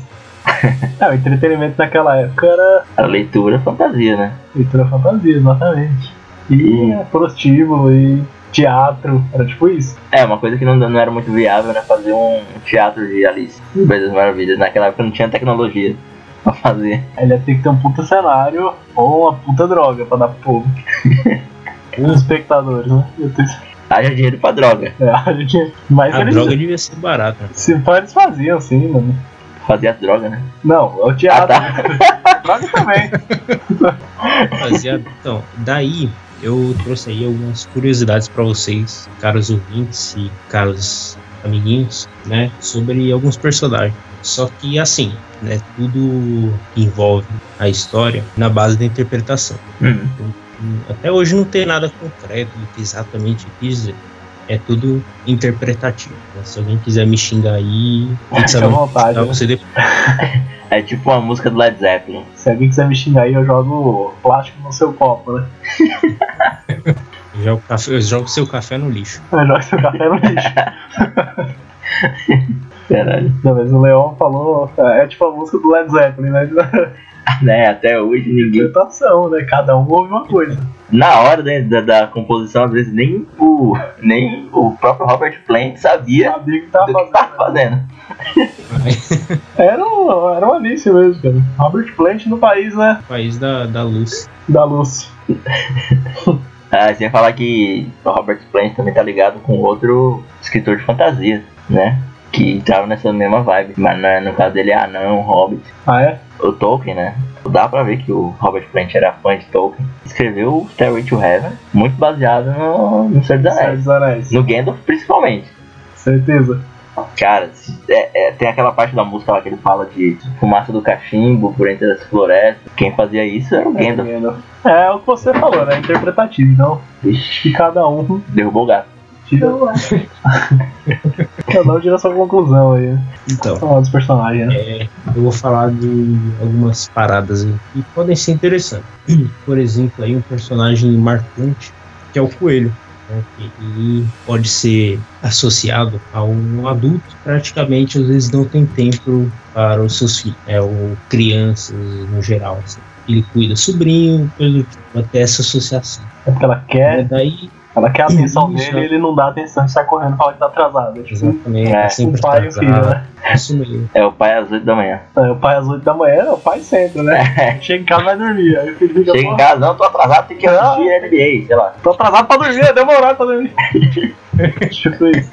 S3: é, o entretenimento naquela época era
S1: A leitura é fantasia, né?
S3: leitura fantasia, exatamente. E é, prostíbulo e teatro, era tipo isso.
S1: É, uma coisa que não, não era muito viável, né? Fazer um teatro de Alice. Coisas maravilhas. Naquela época não tinha tecnologia pra fazer.
S3: Ele ia ter que ter um puta cenário ou uma puta droga pra dar pro povo. Os espectadores, né? Eu tenho...
S1: Haja Ah, dinheiro pra droga.
S3: é, a gente... Mas
S2: A
S3: eles...
S2: droga devia ser barata.
S3: Se pá, eles faziam, sim, mano.
S1: Fazer as drogas, né?
S3: Não, é o
S1: Ah,
S3: teatro. é
S1: tá.
S3: Droga também.
S2: Rapaziada, Então, daí eu trouxe aí algumas curiosidades para vocês, caros ouvintes e caros amiguinhos, né, sobre alguns personagens. Só que assim, né, tudo envolve a história na base da interpretação.
S1: Hum.
S2: Hum, Até hoje não tem nada concreto do que exatamente quis dizer. É tudo interpretativo. né? Se alguém quiser me xingar aí,
S3: É, Fica à vontade. né?
S2: tá, você depois.
S1: É tipo uma música do Led Zeppelin.
S3: Se alguém quiser me xingar aí, eu jogo plástico no seu copo, né?
S2: Eu jogo, café- eu jogo seu café no lixo.
S3: Eu jogo seu café no lixo.
S1: Caralho.
S3: Não, mas o Leon falou. É tipo a música do Led Zeppelin, né?
S1: Né? Até hoje ninguém.
S3: Interpretação, né? Cada um ouve uma coisa.
S1: Na hora né, da, da composição, às vezes nem o o. nem o próprio Robert Plant sabia
S3: Sabia que tava
S1: do que
S3: tá fazendo.
S1: tava fazendo.
S3: Era um, era um anúncio mesmo, cara. Robert Plant no país, né?
S2: País da, da luz.
S3: Da luz.
S1: Ah, você ia falar que o Robert Plant também tá ligado com outro escritor de fantasia, né? Que tava nessa mesma vibe. Mas na- no caso dele é anão, hobbit.
S3: Ah, é?
S1: o Tolkien, né? Dá pra ver que o Robert Plant era fã de Tolkien. Escreveu o Stairway to Heaven, muito baseado no, no Senhor dos
S3: Senhor
S1: Anéis.
S3: dos Anéis.
S1: No Gandalf, principalmente.
S3: Certeza.
S1: Cara, se- é- é, tem aquela parte da música lá que ele fala de fumaça do cachimbo por entre as florestas. Quem fazia isso era o Gandalf.
S3: É o que você falou, né? Interpretativo. Então,
S1: Ixi,
S3: que cada um
S1: derrubou o gato.
S3: tira. cada um tira a sua conclusão aí. né?
S2: Então,
S3: Falar dos personagens, né?
S2: eu vou falar de algumas paradas aí que podem ser interessantes. Por exemplo, aí um personagem marcante que é o coelho. né, que ele pode ser associado a um adulto, praticamente às vezes não tem tempo para os seus filhos, é, ou crianças no geral. assim. Ele cuida do sobrinho, coisa do tipo, até essa associação.
S3: É porque ela
S2: É.
S3: quer,
S2: Daí,
S3: ela quer a atenção
S2: Isso.
S3: dele e ele não dá atenção e sai correndo e fala que tá atrasado. É tipo
S2: exatamente,
S1: É,
S2: tá
S3: o
S2: sempre
S3: pai e o filho,
S2: atrasado,
S3: né?
S2: isso mesmo.
S1: É o pai às 8 da manhã.
S3: É, o pai às 8 da manhã, o pai sempre, né? Chega em casa e vai dormir. Aí o filho fica,
S1: Chega
S3: "Pô,
S1: em casa, não, tô atrasado, tem que assistir NBA, sei lá.
S3: Tô atrasado pra dormir, é demorado pra dormir. tipo isso.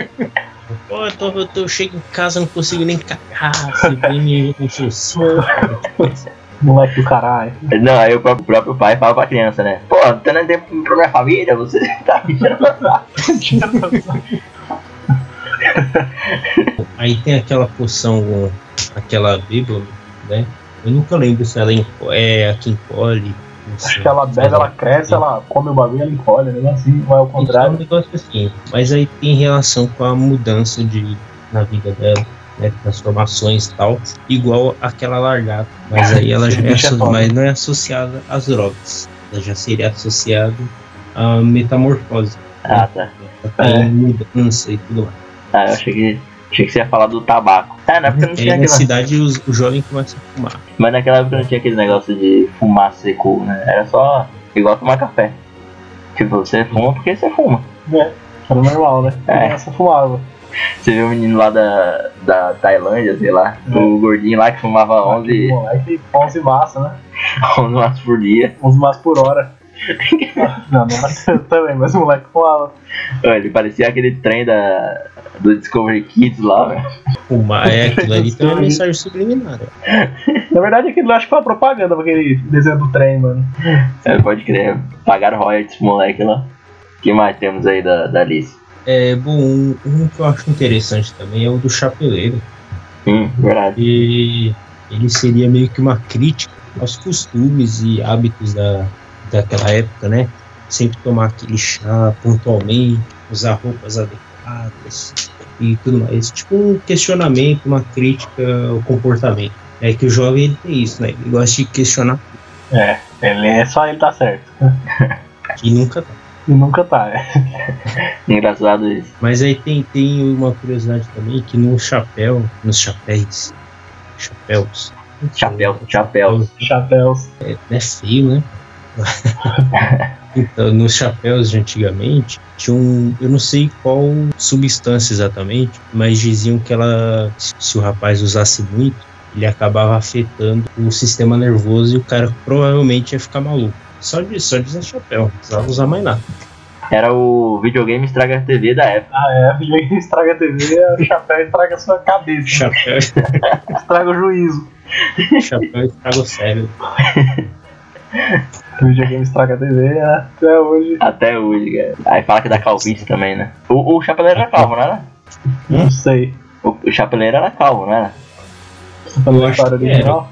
S2: Pô, eu, tô, eu, tô- eu chego em casa, não consigo nem cagar, se vem me encher o saco.
S3: Moleque do caralho.
S1: Não, aí o próprio, o próprio pai fala pra criança, né? Pô, não tem nem tempo pra minha família, você tá me enchendo o saco."
S2: Aí tem aquela poção, aquela bíblia, né? Eu nunca lembro se ela enco- é a que encolhe. não sei.
S3: Acho que ela bebe, ela cresce, ela come o bagulho, ela encolhe, né? Assim, vai ao
S2: Então, é um
S3: contrário.
S2: negócio assim. Mas aí tem relação com a mudança de, na vida dela, né? Transformações e tal, igual aquela largada. Mas aí ela já é,
S3: Bicho é
S2: asso-
S3: foda.
S2: mas não é associada às drogas. Ela já seria associada à metamorfose. né?
S1: Ah, tá.
S2: Ela tem
S3: É.
S2: mudança e tudo mais.
S1: Ah, eu achei que, achei que você ia falar do tabaco. Ah,
S3: É
S1: na época não
S2: Aí
S1: tinha
S2: na
S1: aquele.
S2: cidade os, o jovem começa a fumar.
S1: Mas naquela época não tinha aquele negócio de fumar ser cool, né? Era só igual tomar café. Tipo, você fuma porque você fuma.
S3: É, era normal, né?
S1: É.
S3: Criança fumava.
S1: Você viu o menino lá da, da Tailândia, sei lá, o gordinho lá É. Ah, que fumava 11,
S3: Moleque, 11 massa, né?
S1: 11 maços por dia.
S3: 11 massa por hora. Não, não, mas eu também, mas o moleque fumava.
S1: Ô, Ele parecia aquele trem da, do Discovery Kids lá, né? velho.
S2: Fumar é aquilo ali, tem uma mensagem subliminar. né?
S3: Na verdade, aquilo lá acho que foi uma propaganda pra aquele desenho do trem, mano.
S1: É, pode crer, pagaram royalties pro moleque lá. O que mais temos aí da, da Alice?
S2: É, bom, um, um que eu acho interessante também é o do chapeleiro.
S1: Hum, verdade.
S2: E ele seria meio que uma crítica aos costumes e hábitos da, daquela época, né? Sempre tomar aquele chá pontualmente, usar roupas adequadas e tudo mais. Tipo um questionamento, uma crítica ao comportamento. É que o jovem ele tem isso, né? Ele gosta de questionar
S3: É, ele é só ele tá certo.
S2: e nunca tá.
S3: E nunca tá, é.
S1: Engraçado isso.
S2: Mas aí tem, tem uma curiosidade também que no chapéu, nos chapéus, chapéus,
S1: Chapéu, chapéu.
S3: Chapéus.
S2: é feio, né? então, nos chapéus de antigamente, tinha um, eu não sei qual substância exatamente, mas diziam que ela, se- se o rapaz usasse muito, ele acabava afetando o sistema nervoso e o cara provavelmente ia ficar maluco. Só de, só de usar chapéu, não precisava usar mais nada.
S1: Era o videogame estraga a TV da época.
S3: Ah, é, videogame estraga a TV, o chapéu estraga a sua cabeça, né?
S2: Chapéu,
S3: estraga o juízo.
S2: chapéu estraga o cérebro.
S3: O videogame estraga a TV, né? até hoje.
S1: Até hoje, cara. Aí fala que dá calvície também, né? O, o chapeleiro era calvo, não era?
S3: Não sei.
S1: O, o chapeleiro era calvo, não era?
S3: Você falou
S2: Eu
S3: da
S2: acho
S3: história
S2: que
S3: original?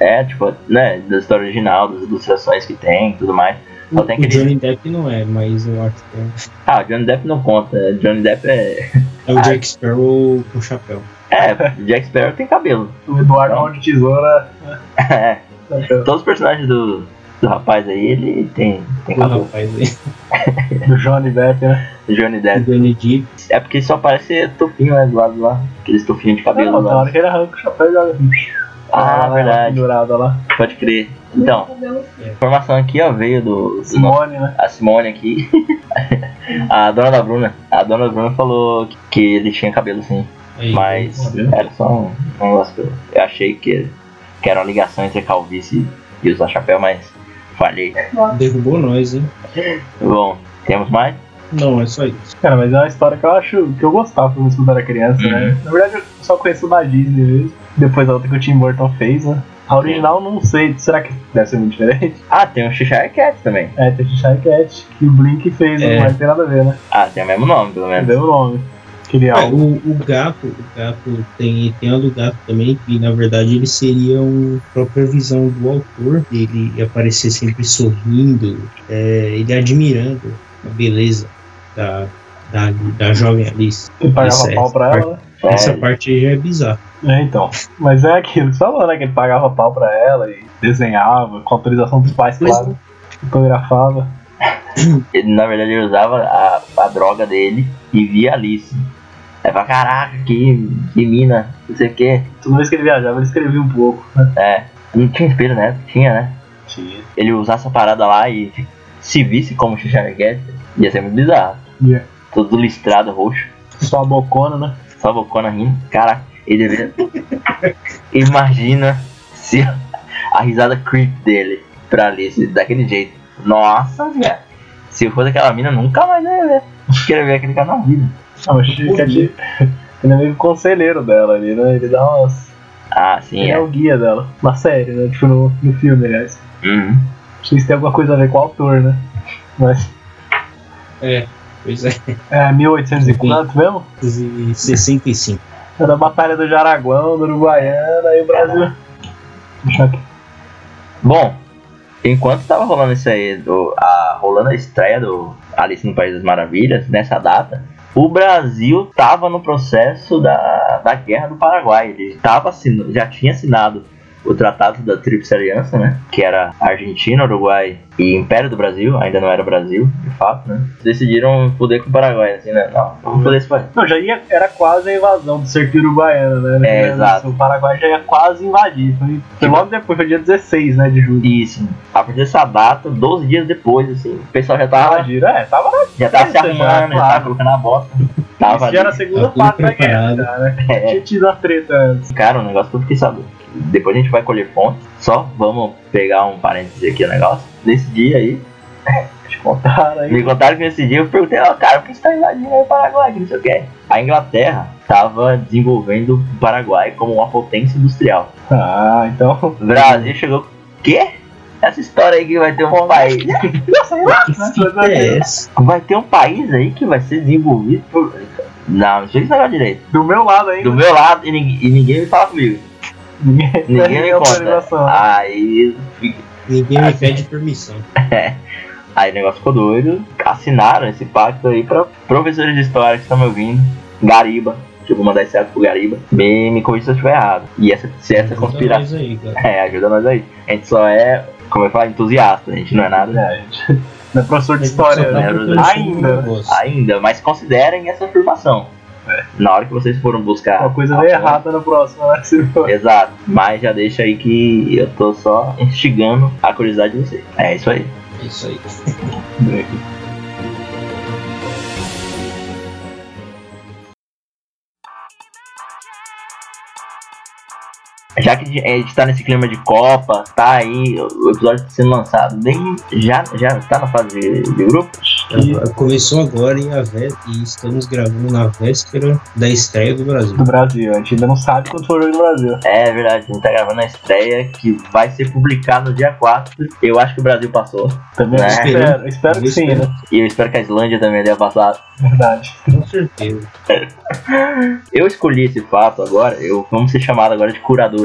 S1: É, tipo, né? Da história original, das ilustrações que tem e tudo mais. Só tem
S2: O
S1: aquele.
S2: Johnny Depp não é, mas eu acho que é.
S1: Ah, o Johnny Depp não conta. né? Johnny Depp é.
S2: É o Jack Sparrow com chapéu.
S1: É, o Jack Sparrow tem cabelo.
S3: O Eduardo Mão de Tesoura.
S1: É,
S3: Do
S1: todos os personagens do, do rapaz aí, ele tem, tem
S2: O
S1: cabelo.
S2: rapaz aí.
S3: é, Johnny Depp, né?
S1: Johnny
S2: O
S1: Depp.
S2: Johnny Depp.
S1: É porque só parece tufinho, né? Do lado lá. Aqueles tufinhos de cabelo
S3: Não, na
S1: lá.
S3: hora que ele arranca o chapéu e joga.
S1: Ah,
S3: Ela
S1: verdade.
S3: Pendurada lá.
S1: Pode crer. Então, informação aqui, ó, veio do. do nosso-
S3: É. Simone, né?
S1: a Simone aqui. a dona da Bruna. A dona da Bruna falou que- que ele tinha cabelo sim.
S2: Aí,
S1: Mas
S2: olha,
S1: era só um um negócio que eu, eu achei que, que era uma ligação entre calvície e usar chapéu, mas falhei.
S2: derrubou nós, hein?
S1: Bom, temos mais?
S2: Não, é só isso.
S3: Cara, mas é uma história que eu acho que eu gostava pelo menos quando era criança, né? Na verdade, eu só conheço da Disney mesmo. Depois a outra que o Tim Burton fez, né? A original não sei, será que deve ser muito diferente?
S1: Ah, tem o Cheshire Cat também.
S3: É, tem Cheshire Cat, que o Blink fez,
S2: É.
S3: não vai ter nada a ver, né?
S1: Ah, tem o mesmo nome, pelo menos.
S3: Deu o nome. Queria
S2: Ah,
S3: algo.
S2: o, o gato, o gato tem, tem a do gato também, que na verdade ele seria um a própria visão do autor, ele ia aparecer sempre sorrindo, é, ele admirando a beleza da, da, da jovem Alice.
S3: Ele pagava
S2: Essa-
S3: pau pra
S2: essa
S3: ela, né?
S1: É,
S2: Essa parte já é bizarra.
S3: É, então. Mas é aquilo que você falou, né? Que ele pagava pau pra ela e desenhava, com autorização dos pais,
S2: Pois
S3: claro. Fotografava.
S1: ele, na verdade, ele usava a, a droga dele e via Alice. É pra caraca, que, que mina, não sei o que.
S3: Toda vez que ele viajava, ele escrevia um pouco, né?
S1: É, não tinha espelho, né? Tinha, né?
S3: Tinha.
S1: Ele usasse a parada lá e se visse como Cheshire Cat, ia ser muito bizarro.
S3: Yeah.
S1: Todo listrado, roxo.
S3: Só a bocona, né?
S1: Só a bocona rindo. Caraca, ele deveria. Imagina se a risada creep dele pra Alice daquele jeito. Nossa, velho. Se for daquela mina, nunca mais eu ia ver. Quero ver aquele cara na vida.
S3: Ah, o Chico é de... Ele é meio que conselheiro dela ali, né? Ele dá umas.
S1: Ah, sim,
S3: Ele é
S1: é.
S3: o guia dela. Na série, né? Tipo no, no filme, aliás.
S1: Uhum.
S3: Não sei se tem alguma coisa a ver com o autor, né? Mas.
S2: É, pois é.
S3: É 1800 e quanto mesmo?
S2: 65.
S3: É da Batalha do Jaraguão, do Uruguaiana, aí o Brasil. Deixa eu aqui.
S1: Bom, enquanto tava rolando isso aí, do- a, rolando a estreia do Alice no País das Maravilhas, nessa data, o Brasil tava no processo da, da Guerra do Paraguai. Ele tava, assin- já tinha assinado o Tratado da Tríplice Aliança, né? Que era Argentina, Uruguai e Império do Brasil, ainda não era Brasil, de fato, né? Decidiram poder com o Paraguai, assim, né? Não, vamos poder esse país.
S3: Não, já ia, era quase a invasão do cerco uruguaiano, né?
S1: É,
S3: Era
S1: exato.
S3: isso, O Paraguai já ia quase invadir. Foi, foi logo depois, foi dia 16, né, de julho.
S1: Isso. A partir dessa data, 12 dias depois, assim, o pessoal já tava,
S3: Invadiram, é, tava na
S1: já tava se
S3: Isso, já,
S1: arrumando, já
S3: claro.
S1: tava colocando a bota. Tava
S3: Isso já
S1: ali.
S3: era a segunda
S2: Tá tudo
S3: fase da guerra,
S2: preparado.
S3: já, né?
S1: É.
S3: Tinha tido a treta antes.
S1: Cara, um negócio que eu fiquei sabendo. Depois a gente vai colher fontes. Só vamos pegar um parênteses aqui o negócio. Nesse dia aí,
S3: Te contaram aí.
S1: me contaram que nesse dia eu perguntei, ó, cara, por que você tá invadindo aí o Paraguai? Que não sei o que. A Inglaterra tava desenvolvendo o Paraguai como uma potência industrial.
S3: Ah, então.
S1: O Brasil chegou, quê? Essa história aí que vai ter um país.
S2: Que fita é essa?
S1: Vai ter um país aí que vai ser desenvolvido por. Não, não sei se negócio direito.
S3: Do meu lado ainda.
S1: Do meu lado e, ningu- e ninguém me fala comigo.
S3: Ninguém,
S1: Ninguém Ah, me
S3: é autorização.
S1: conta. Aí
S2: Ninguém
S1: Ah,
S2: me
S1: sim.
S2: pede permissão.
S1: Aí o negócio ficou doido. Assinaram esse pacto aí pra professores de história que estão me ouvindo. Gariba. Que eu vou mandar esse ato pro Gariba. Me, me corrija se eu estiver errado. E essa, se essa
S2: Ajuda
S1: conspiração.
S2: nós aí, cara.
S1: É, ajuda nós aí. A gente só é, como eu falo, entusiasta. A gente não é nada
S3: É, gente. Não é professor de
S2: A
S3: história,
S2: gente
S1: né,
S2: só tá
S3: né?
S2: procurando
S3: Ainda.
S2: um negócio.
S1: ainda. Mas considerem essa afirmação. Na hora que vocês foram buscar.
S3: Uma coisa
S1: a
S3: meio
S1: fonte.
S3: errada no próximo, né? Se for.
S1: Exato. Mas já deixa aí que eu tô só instigando a curiosidade de vocês. É isso aí.
S2: É Isso aí.
S1: Já que a gente tá nesse clima de Copa, tá aí o episódio tá sendo lançado bem. Já, já tá na fase de, de grupo?
S2: Ela Começou agora e, a vé- e estamos gravando na véspera da estreia do Brasil.
S3: Do Brasil. A gente ainda não sabe quando for o jogo do Brasil.
S1: É verdade, a gente tá gravando a estreia que vai ser publicada no dia 4. Eu acho que o Brasil passou.
S3: Também
S1: É.
S3: espero. Espero que
S2: Eu
S3: sim,
S2: espero.
S3: né?
S1: E eu espero que a Islândia também tenha passado.
S3: Verdade.
S2: Com certeza.
S1: Eu escolhi esse fato agora, eu vamos ser chamado agora de curadores.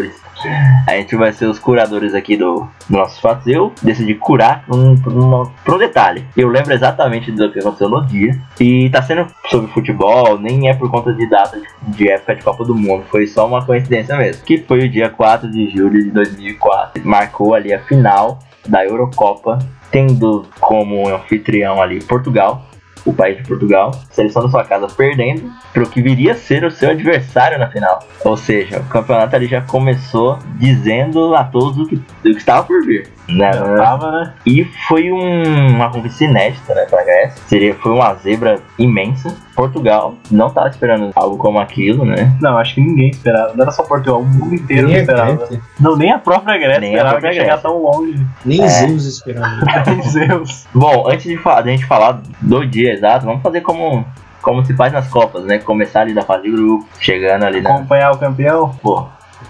S1: A gente vai ser os curadores aqui do, dos nossos fatos. Eu decidi curar um, por uma- por um detalhe. Eu lembro exatamente do que aconteceu no dia. E tá sendo sobre futebol, nem é por conta de data de, de época de Copa do Mundo. Foi só uma coincidência mesmo. Que foi o dia 4 de julho de 2004. Marcou ali a final da Eurocopa, tendo como anfitrião ali Portugal. o país de Portugal, seleção da sua casa perdendo para o que viria a ser o seu adversário na final. Ou seja, o campeonato ali já começou dizendo a todos o que, o que estava por vir. Né?
S3: Tava, né?
S1: E foi um, uma conquista inédita, né, pra Grécia. Seria, foi uma zebra imensa. Portugal não tava esperando algo como aquilo, né?
S3: Não, acho que ninguém esperava. Não era só Portugal, o mundo inteiro
S2: Nem é a
S3: esperava.
S2: Grécia,
S3: Não, nem a própria Grécia
S1: Nem a
S3: esperava
S1: própria
S3: que ia chegar tão longe.
S2: nem
S1: É.
S2: Zeus esperava.
S3: Meu Zeus.
S1: Bom, antes de, fa- de a gente falar do dia exato, vamos fazer como, como se faz nas Copas, né? Começar ali da fase de grupo, chegando ali na.
S3: Acompanhar o campeão.
S1: Pô,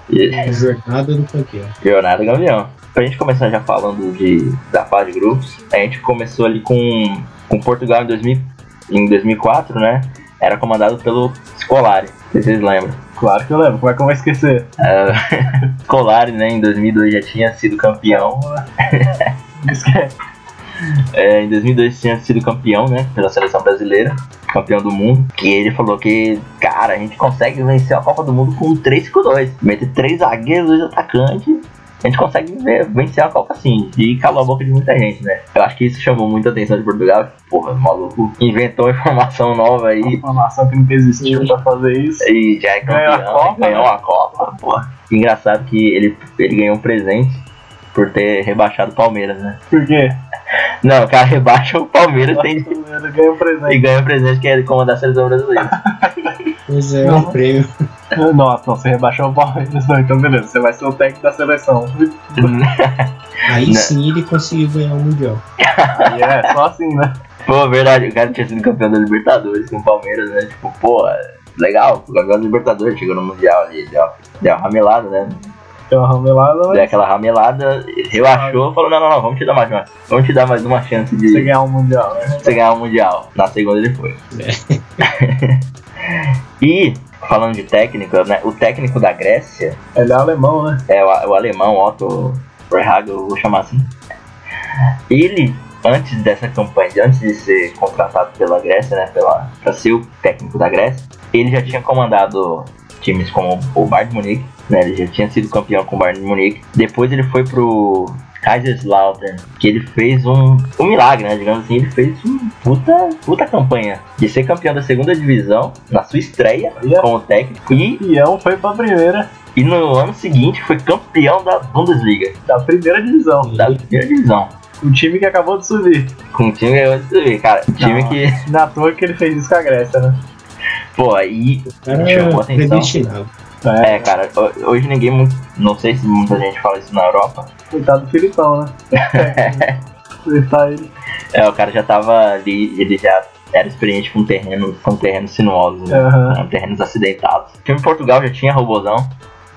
S1: e-
S2: A jornada do campeão.
S1: Leonardo Gavião. Pra gente começar já falando de, da fase de grupos, a gente começou ali com, com Portugal em, 2000, em 2004, né? Era comandado pelo Scolari, se vocês lembram.
S3: Claro que eu lembro, como é que eu vou esquecer?
S1: Scolari, né, em 2002 já tinha sido campeão. É, em 2002 tinha sido campeão, né, pela seleção brasileira, campeão do mundo. Que ele falou que, cara, a gente consegue vencer a Copa do Mundo com um 3-5-2. Meter três zagueiros, dois atacantes. A gente consegue ver- vencer a Copa assim. E calou a boca de muita gente, né? Eu acho que isso chamou muita atenção de Portugal. Porra, o maluco inventou informação nova aí.
S3: Informação que nunca existiu pra fazer isso.
S1: E já é campeão,
S3: Ganhou a Copa,
S1: ganhou
S3: né?
S1: a Copa, porra. Engraçado que ele, ele ganhou um presente por ter rebaixado o Palmeiras, né?
S3: Por quê?
S1: Não, o cara rebaixa o Palmeiras tem,
S3: Eu ganhei um
S1: e
S3: presente.
S1: ganha o presente que é comandar a seleção brasileira.
S2: Pois é,
S3: Não.
S2: um prêmio.
S3: Nossa, não, você rebaixou o Palmeiras, não. Então, beleza, você vai ser o técnico da seleção.
S2: Aí
S1: Né.
S2: sim ele conseguiu ganhar o Mundial.
S3: Aí é, só assim, né?
S1: Pô, verdade, o cara tinha sido campeão da Libertadores com o Palmeiras, né? Tipo, pô, legal, campeão da Libertadores, chegou no Mundial ali, deu, deu uma ramelada, né?
S3: Deu uma ramelada,
S1: Deu
S3: mas
S1: aquela ramelada, relaxou, falou, não, não, não, vamos te dar mais uma, vamos te dar mais uma chance de...
S3: você ganhar um mundial, né?
S1: você ganhar o Mundial. Na segunda ele foi. e, falando de técnico, né, o técnico da Grécia
S3: Ele é alemão, né?
S1: é o, o alemão Otto Rehagel, eu vou chamar assim. Ele, antes dessa campanha, antes de ser contratado pela Grécia, né, pela, pra ser o técnico da Grécia, ele já tinha comandado times como o Bayern de Munique, né, ele já tinha sido campeão com o Bayern de Munique. Depois ele foi pro Kaiserslautern, que ele fez um, um milagre, né, digamos assim, ele fez uma puta, puta campanha de ser campeão da segunda divisão na sua estreia
S3: Olha.
S1: como técnico e,
S3: Peão é foi pra primeira,
S1: e no ano seguinte foi campeão da Bundesliga
S3: da primeira divisão.
S1: da primeira divisão.
S3: O time que acabou de subir.
S1: Com um time ganhou de subir, cara. Um time
S3: Não.
S1: que,
S3: Na toa que ele fez isso com a Grécia, né?
S1: pô, aí.
S2: O cara
S1: Chamou
S2: é
S1: atenção.
S2: predestinado.
S1: É, cara, ho- hoje ninguém. mu- Não sei se muita gente fala isso na Europa.
S3: Coitado do Filipão, né? ele tá ele.
S1: É, o cara já tava ali, ele já era experiente com terreno, com terreno sinuoso, né?
S3: Aham.
S1: Com terrenos acidentados. O time de Portugal já tinha robozão,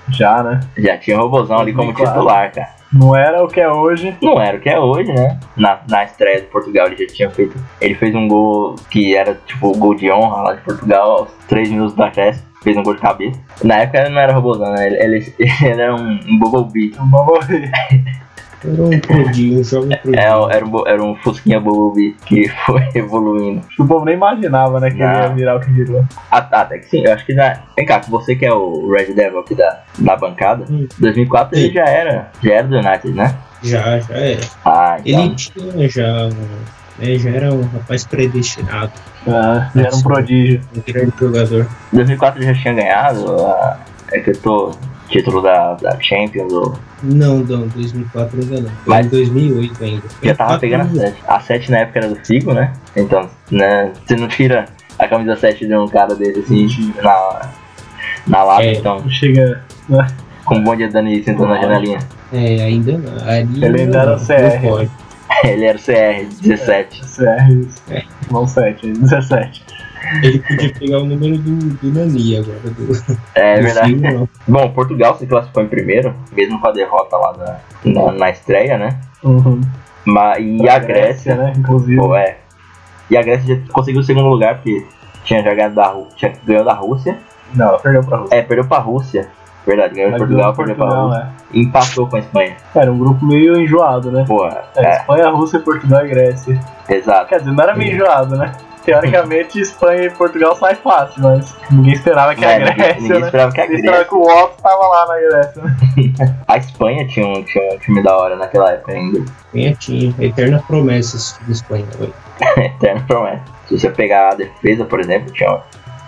S3: Já, né?
S1: já tinha robozão ali como
S3: Claro.
S1: titular, cara.
S3: Não era o que é hoje.
S1: Não era o que é hoje, né? Na, na estreia de Portugal ele já tinha feito. Ele fez um gol que era tipo o gol de honra lá de Portugal aos 3 minutos da festa. Fez um gol de cabeça. Na época ele não era robôzão, né? Ele, ele, ele era um, um Bumblebee.
S3: Não vou morrer.
S2: Era um prodígio, um jovem prodígio.
S1: É, era, um, bo- era um Fusquinha Bumblebee que foi evoluindo.
S3: Acho que o povo nem imaginava, né? Que ele ia
S1: Não.
S3: virar o que virou.
S1: Ah, Até que sim, eu acho que na. Vem cá, você que é o Red Devil aqui da, da bancada,
S2: Hum.
S1: 2004 ele
S2: Sim.
S1: já era. Já era do United, né?
S2: Já, já é.
S1: Ah, então.
S2: Ele tinha já. Né, já era um rapaz predestinado,
S3: Ah, ele era um prodígio.
S2: um grande jogador.
S1: 2004 já tinha ganhado. ah, é que eu tô. Título da, da Champions, ou
S2: Não, não, 2004 ainda não. Foi
S1: Mas-
S2: em 2008 ainda.
S1: Já tava
S2: Quatro
S1: pegando a
S2: anos. né?
S1: 7. A 7 na época era do Figo, né? Então, né? Você não tira a camisa 7 de um cara desse assim na, na lata,
S2: É.
S1: então,
S3: Tipo, Chega. né,
S1: com um bom dia Dani sentando na janelinha.
S2: É, ainda não. Ali
S3: Ele ainda era
S2: não
S3: CR.
S2: pode.
S1: Ele era o CR17.
S3: CR.
S1: É.
S3: Não 7, 17.
S2: Ele podia pegar o número do, do Nani agora. Do,
S1: É,
S2: do
S1: verdade.
S2: Silva, não.
S1: Bom, Portugal se classificou em primeiro, mesmo com a derrota lá na, na, na estreia, né?
S3: Uhum.
S1: Mas, e a Grécia,
S3: né? Inclusive.
S1: Pô, é. E a Grécia já conseguiu o segundo lugar, porque tinha jogado da Rú- tinha ganhou da Rússia.
S3: Não, ela perdeu pra Rússia.
S1: É, perdeu pra Rússia. Verdade, ganhou de
S3: Mas
S1: é, Portugal,
S3: ganhou
S1: perdeu pra Rússia.
S3: né?
S1: E empatou com a Espanha.
S3: Era um grupo meio enjoado, né?
S1: Pô,
S3: É,
S1: é,
S3: Espanha, Rússia, Portugal e Grécia.
S1: exato.
S3: Quer dizer, não era meio
S2: Sim.
S3: enjoado, né? Teoricamente, Espanha e Portugal sai fácil, mas ninguém esperava que
S1: É,
S3: a
S1: ninguém-
S3: Grécia,
S1: ninguém
S3: né?
S1: esperava que a
S3: Ninguém
S1: Grécia.
S3: esperava que o Otto tava lá na Grécia, né?
S1: A Espanha tinha um, tinha um time da hora naquela época ainda.
S2: Tinha, tinha. Eterna promessa esse time espanhol. aí.
S1: Eterna promessa. Se você pegar a defesa, por exemplo, tinha, um-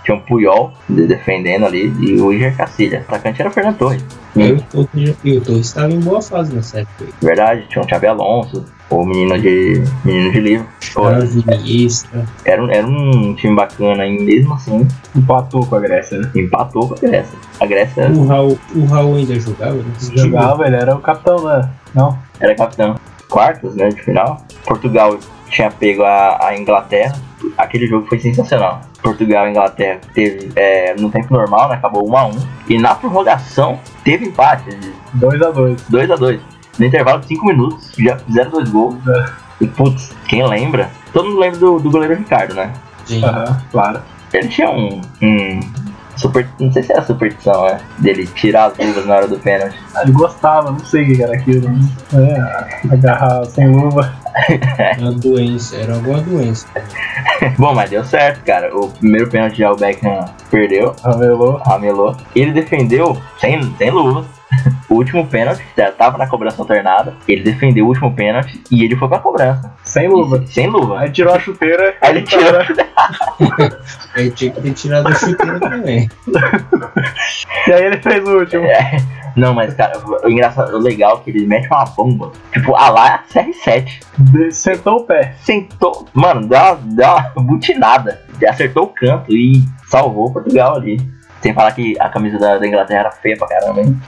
S1: tinha um Puyol de- defendendo ali e o Iger Cacilha. O atacante era o Fernando Torres.
S2: E o Torres- E o Torres estava em boa fase nessa época. aí.
S1: Verdade, tinha um Xabi Alonso, o menino de. menino de livro. Pô,
S2: Era jornalista.
S1: era, um- era um time bacana e mesmo assim
S3: Empatou com a Grécia, né?
S1: empatou com a Grécia. A Grécia
S2: O Raul, o Raul ainda jogava nesse time?
S3: Jogava, ele era o capitão, né? Não?
S1: era capitão. Quartas, né, de final. Portugal tinha pego a, a Inglaterra. Aquele jogo foi sensacional. Portugal e Inglaterra teve é, no tempo normal, né, acabou 1 a 1 E na prorrogação teve empate,
S3: 2x2.
S1: 2 a 2 No intervalo de 5 minutos, já fizeram dois gols.
S3: né?
S1: E putz, quem lembra? Todo mundo lembra do, do goleiro Ricardo, né?
S2: Gente,
S3: Aham, claro.
S1: Ele tinha um. um super, não sei se era superstição, né? Dele tirar as luvas na hora do pênalti.
S3: Ah, Ele gostava, não sei o que que era aquilo. né? É, agarrar sem luva.
S2: era uma doença, era alguma doença.
S1: Bom, mas deu certo, cara. O primeiro pênalti já o Beckham perdeu,
S3: Ramelou.
S1: ramelou. Ele defendeu sem, sem luva. O último pênalti, já tava na cobrança alternada. Ele defendeu o último pênalti e ele foi pra cobrança.
S3: Sem luva.
S1: Sem luva.
S3: Aí Tá tirou a chuteira.
S1: Aí ele tirou.
S2: Aí tinha que ter tirado a chuteira também.
S3: E aí ele fez o último.
S1: É. Não, mas cara, o engraçado, o legal é que ele mete uma bomba. Tipo, a lá CR7.
S3: De- Sentou o pé.
S1: Sentou. Mano, deu uma, deu uma butinada. Acertou o canto e salvou Portugal ali. Sem falar que a camisa da, da Inglaterra era feia pra caramba, hein?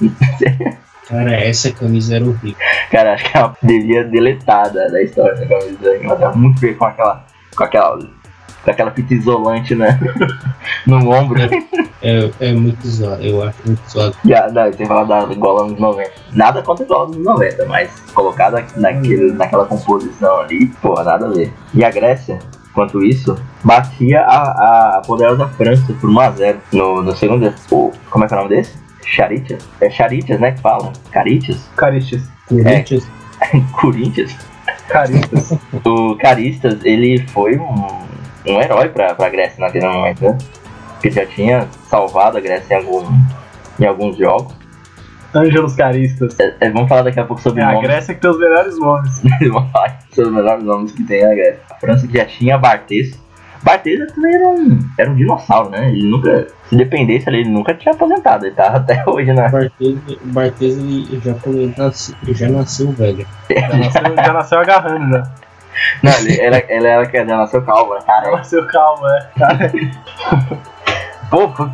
S2: Cara, essa camisa era horrível.
S1: Cara, acho que ela devia deletar da, da história da camisa da Inglaterra. Muito feio com aquela. com aquela. com aquela fita isolante, né? no ombro.
S2: É, é muito zoado, eu acho muito zoado.
S1: Já, não, tem que falar da gola nos 90. Nada contra a gola nos 90, mas colocada naquele, naquela composição ali, porra, nada a ver. E a Grécia, enquanto isso, batia a, a poderosa França por 1x0 no, no segundo. O, como é que é o nome desse? Charitias? É Charitias, né? Que fala? Caritias?
S3: Caristas.
S2: Corinthians,
S1: Corinthians?
S3: Caristas.
S1: O Caristas, ele foi um, um herói pra, pra Grécia naquele momento, né? Porque já tinha salvado a Grécia em, algum, em alguns jogos.
S3: Ângelos Caristas.
S1: É- é, vamos falar daqui a pouco sobre
S3: É a
S1: nomes.
S3: Grécia que tem os melhores nomes.
S1: Eles vão falar sobre os melhores nomes que tem na Grécia. A França que já tinha Bartes. Bartes também era um, era um dinossauro, né? Ele nunca, se dependesse ali, ele nunca tinha aposentado. Ele tá até hoje na.
S2: o Barthez- o Barthez ele já, ele nasce- ele já nasceu velho.
S3: Já nasceu, já nasceu agarrando já.
S1: Não, ele era, ele era quer dizer, nasceu calvo, né?
S3: Já
S1: Cara,
S3: nasceu calmo, é.
S1: pô, pô,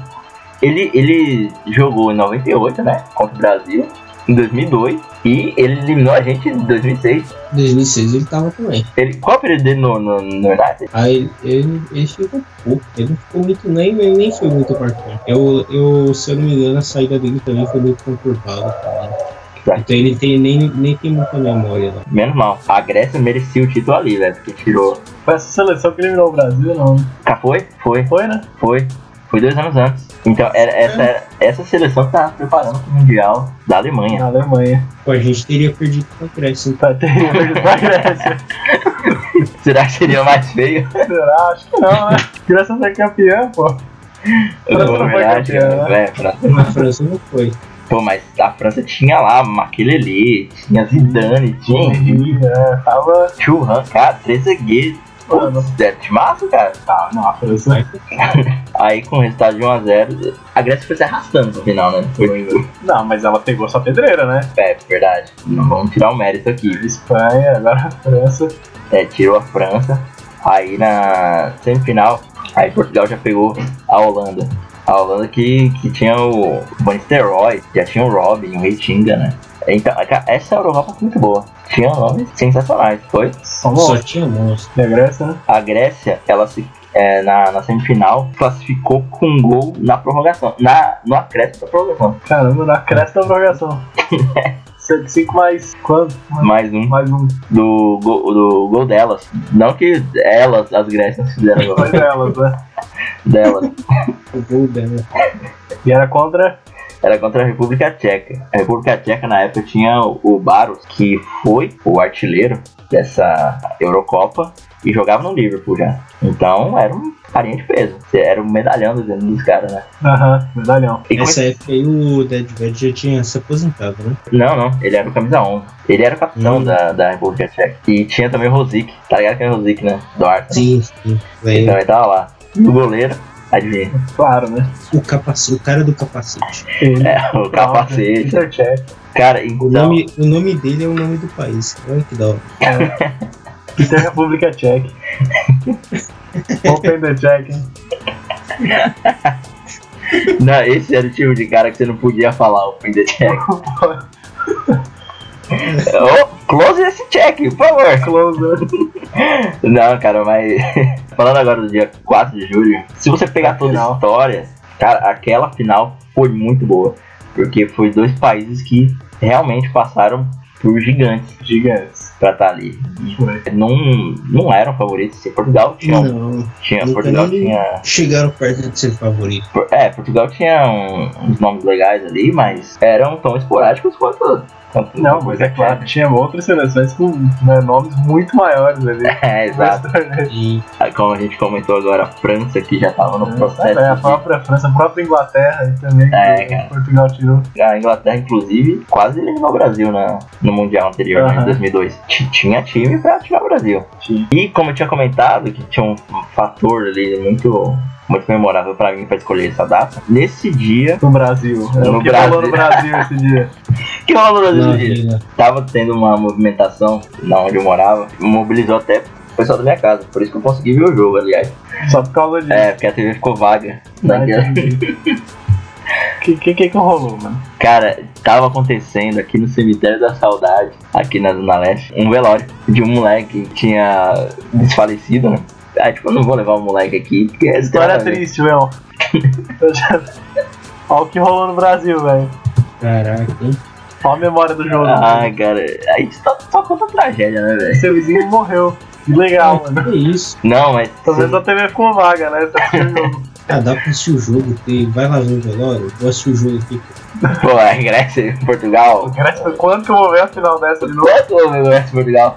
S1: ele, ele jogou em 98, né? Contra o Brasil. Em 2002. E ele eliminou a gente em 2006.
S2: Em 2006 ele tava também.
S1: Ele, qual é o período dele no, no, no United?
S2: Aí ele, ele, ele chegou pouco, ele não ficou muito, nem, nem, nem foi muito partido. Eu, eu, se eu não me engano, a saída dele também foi muito conturbada. cara. Então ele tem, nem, nem tem muita memória lá.
S1: Menos mal. A Grécia merecia o título ali, velho. Porque tirou.
S3: Foi essa seleção que eliminou o Brasil, não? né?
S1: Cá foi? Foi.
S3: Foi, né?
S1: Foi. Foi dois anos antes. Então, era, essa, era- essa seleção que tava preparando pro Mundial da Alemanha.
S3: Na Alemanha.
S2: Pô, a gente teria perdido pra Grécia. então.
S3: Tá teria perdido pra Grécia.
S1: Será que seria mais feio?
S3: Será? Acho que não, né? Grécia foi campeã, pô. França
S1: Pô,
S3: não foi
S1: verdade,
S3: campeã,
S1: né? É, França-
S2: então. A França não foi.
S1: Pô, mas a França tinha lá Maquelele, tinha Zidane, tinha
S3: É, tava.
S1: Churran, cara, três zagueiros.
S3: Mano,
S1: Putz, Deve te massa, cara. Tá,
S3: na França.
S1: Aí com o resultado de 1x0, a Grécia foi se arrastando no final, né? Foi,
S3: Não, mas ela pegou sua pedreira, né?
S1: é, verdade. Não vamos tirar o mérito aqui.
S3: Espanha, agora a França.
S1: é, tirou a França. Aí na semifinal, aí Portugal já pegou a Holanda. A Holanda que, que tinha o Van Nistelrooy, já tinha o Robin, o Reitinga, né? Então, ca- essa Europa foi muito boa. Tinha nomes sensacionais. Foi
S3: São
S2: Só
S3: longe.
S2: tinha monstro.
S3: Da Grécia, né?
S1: a Grécia, ela se é, na, na semifinal classificou com um gol na prorrogação, na, no acréscimo da prorrogação.
S3: Caramba, na cresta da prorrogação. 5 mais quanto?
S1: Mais um
S3: Mais um.
S1: do, gol- do gol delas. Não que elas, as Grécias, fizeram gol
S3: Mais delas, né?
S1: delas.
S2: O gol dela.
S3: E era contra.
S1: era contra a República Tcheca. A República Tcheca na época tinha o o Baros, que foi o artilheiro dessa Eurocopa e jogava no Liverpool já. Então era um farinha de peso. Era um medalhão dos, dos caras, né?
S3: Aham, medalhão.
S1: E é
S2: Nessa época aí o Dead Bad já tinha se aposentado, né?
S1: Não, não. Ele era o camisa 11. Ele era o capitão
S2: Hum.
S1: da, da República Tcheca. E tinha também o Rosic. Tá ligado que é o Rosic, né? Do Arsenal.
S2: Sim, sim. Daí,
S1: Então ele tava lá. E o goleiro, adivinha.
S3: Claro, né?
S2: o, capac... o cara do capacete.
S3: Ele.
S1: É, o capacete.
S3: Peter Check.
S1: Cara,
S2: O
S1: então...
S2: nome, o nome dele é o nome do país. Olha que da hora.
S3: é. Peter República Check. Open the check. hein?
S1: Não, esse era o tipo de cara que você não podia falar o fim de check. Ô, close esse check, por favor.
S3: Closer.
S1: Não, cara, mas. Falando agora do dia 4 de julho, se você pegar toda a
S3: Final.
S1: história, cara, aquela final foi muito boa. Porque foi dois países que realmente passaram por gigantes
S3: Gigantes.
S1: pra estar ali.
S3: Foi.
S1: E Não, não eram favoritos. assim, Portugal tinha.
S2: Não,
S1: tinha
S2: não
S1: Portugal
S2: tem nem-
S1: tinha.
S2: chegaram perto de ser favorito.
S1: Por- É, Portugal tinha um- uns nomes legais ali, mas eram tão esporádicos quanto. quanto
S3: Não, mas é claro, tinha outras seleções com né, nomes muito maiores ali.
S1: É, exato.
S2: E
S1: Aí, Como a gente comentou agora, a França que já tava no processo.
S3: É, a própria França, a própria Inglaterra também, que
S1: É, cara.
S3: Portugal tirou.
S1: de- A Inglaterra, inclusive, quase eliminou o Brasil na, no Mundial anterior, né, em
S3: Aham.
S1: 2002. T- Tinha time pra tirar o Brasil.
S3: Tinha.
S1: E como eu tinha comentado, que tinha um um fator ali muito, muito memorável pra mim pra escolher essa data, nesse dia.
S3: No Brasil. É
S1: No
S3: o que
S1: Brasil.
S3: rolou no Brasil esse dia.
S1: que rolou no Brasil
S2: na
S1: nesse dia?
S2: vila.
S1: Tava tendo uma movimentação na onde eu morava, mobilizou até o pessoal da minha casa, por isso que eu consegui ver o jogo, aliás.
S3: Só por causa disso.
S1: É, porque a TV ficou vaga.
S3: Né,
S1: naquela-
S3: entendi. que, que, que que rolou, mano?
S1: Cara, tava acontecendo aqui no cemitério da saudade, aqui na Zona Leste, um velório de um moleque que tinha desfalecido, né? Aí, tipo, eu não vou levar o moleque aqui, porque é
S3: História triste, meu. Eu já- Olha o que rolou no Brasil, velho.
S2: Caraca, hein?
S3: Olha a memória do jogo.
S1: Ah, cara, aí só, só conta tragédia, né, velho?
S3: Seu vizinho morreu. Que legal, mano.
S2: que é isso?
S1: Não, mas.
S3: Pelo menos a TV ficou vaga, né? Você assistiu o jogo.
S2: Ah, dá pra assistir o jogo, tem. Vai lá ver o velório, vou assistir o jogo aqui.
S1: Pô, a Grécia e Portugal. é
S3: Graças- tipo, Quando que eu vou ver a final dessa de novo?
S1: Quanto houve o Grécia e Portugal?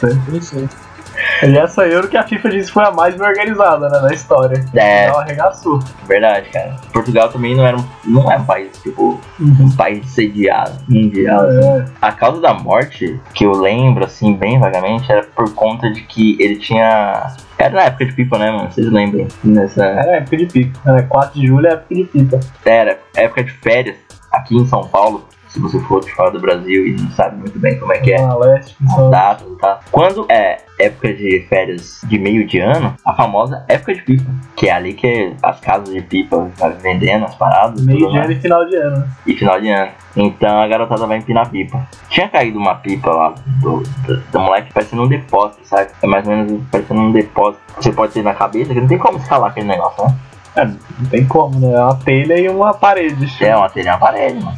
S2: Pois é.
S3: E essa Euro que a FIFA disse que foi a mais bem organizada, né? Da história.
S1: É,
S3: Ela arregaçou.
S1: verdade, cara. Portugal também não era um, não é um país, tipo, um país sediado, mundial, assim.
S3: Uhum. É,
S1: A causa da morte, que eu lembro, assim, bem vagamente, era por conta de que ele tinha. Era na época de pipa, né, mano? Vocês lembram? Nessa.
S3: era época de pica. Era 4 de julho é época de pica.
S1: Era época de férias aqui em São Paulo. Se você for de fora do Brasil e não sabe muito bem como é que é.
S3: Zona Leste, São
S1: Datas e tal. Quando é época de férias de meio de ano, a famosa época de pipa. Que é ali que as casas de pipa tá vendendo as paradas. e
S3: meio
S1: tudo
S3: de
S1: mais.
S3: ano e final de ano. né?
S1: e final de ano. Então a garotada vai empinar pipa. Tinha caído uma pipa lá do, do, do moleque parecendo um depósito, sabe? É mais ou menos parecendo um depósito. Você pode ter na cabeça, que não tem como escalar aquele negócio, né?
S3: É, não tem como, né? É uma telha e uma parede.
S1: É uma telha na parede, mano.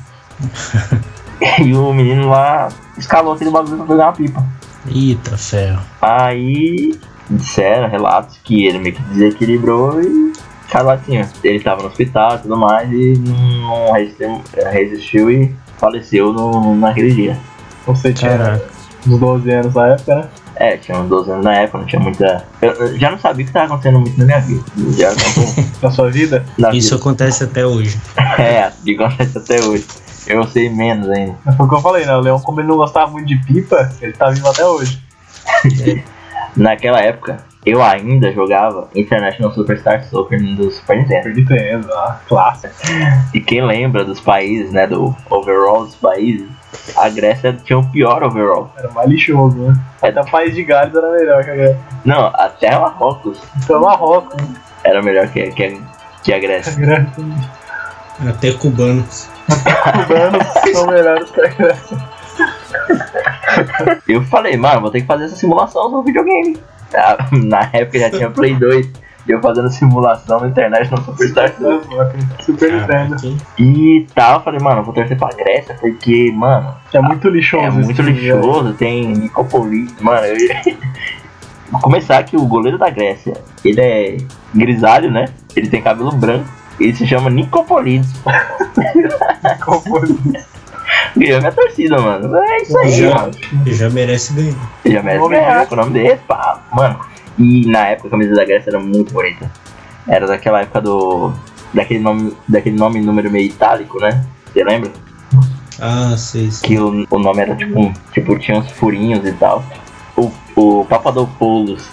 S1: e o menino lá escalou aquele bagulho pra pegar uma pipa.
S2: Eita ferro.
S1: Aí disseram relatos que ele meio que desequilibrou e caiu lá assim, ó. Ele tava no hospital e tudo mais e não resistiu, resistiu e faleceu no, naquele dia.
S3: Não sei, tinha
S2: Caraca.
S3: uns 12 anos na época, né?
S1: É, tinha uns 12 anos na época, não tinha muita. Eu, eu já não sabia o que tava acontecendo muito na minha vida. Já não-
S3: Na sua vida?
S1: na
S2: Isso acontece até hoje.
S1: vida. É, o que acontece até hoje. Eu sei menos ainda.
S3: Foi o que eu falei, né? O Leão, como ele não gostava muito de pipa, ele tá vivo até hoje.
S1: Naquela época, eu ainda jogava International Superstar Soccer do Super Nintendo.
S3: Perdi treino, ó. Clássico.
S1: E quem lembra dos países, né? Do overall dos países, a Grécia tinha o pior overall.
S3: Era mais lixoso, né? Até o País de Gales era melhor que a Grécia.
S1: Não, até Marrocos
S3: Então, Marrocos, né?
S1: era melhor que, que, a- que a
S3: A
S1: Grécia.
S3: Grécia.
S2: Até cubanos.
S3: Cubanos são melhores que a Grécia.
S1: Eu falei, mano, vou ter que fazer essa simulação no videogame. Ah, Na época já tinha Play 2. E eu fazendo simulação na internet no Superstar Soccer.
S3: Super Nintendo.
S2: Caraca, hein?
S1: E tal, eu falei, mano, eu vou torcer pra Grécia, porque, mano,
S3: É muito lixoso.
S1: é
S3: esse
S1: muito
S3: time, né?
S1: lixoso, tem Nicopolis, mano, eu... Vou começar que o goleiro da Grécia, ele é grisalho, né? Ele tem cabelo branco, ele se chama Nicopolis.
S3: Qual foi?
S1: Ganhou minha torcida, mano. É isso aí,
S2: Já.
S1: mano.
S2: Já merece ganhar.
S1: Já merece
S3: Vou ganhar.
S1: é ganhar com o nome dele, pá. Mano, E na época a camisa da Grécia era muito bonita. Era daquela época do. daquele nome, daquele nome e número meio itálico, né? Você lembra?
S2: Ah, sei, sei.
S1: Que o, o nome era tipo um. Tipo, tinha uns furinhos e tal. O, o Papadopoulos.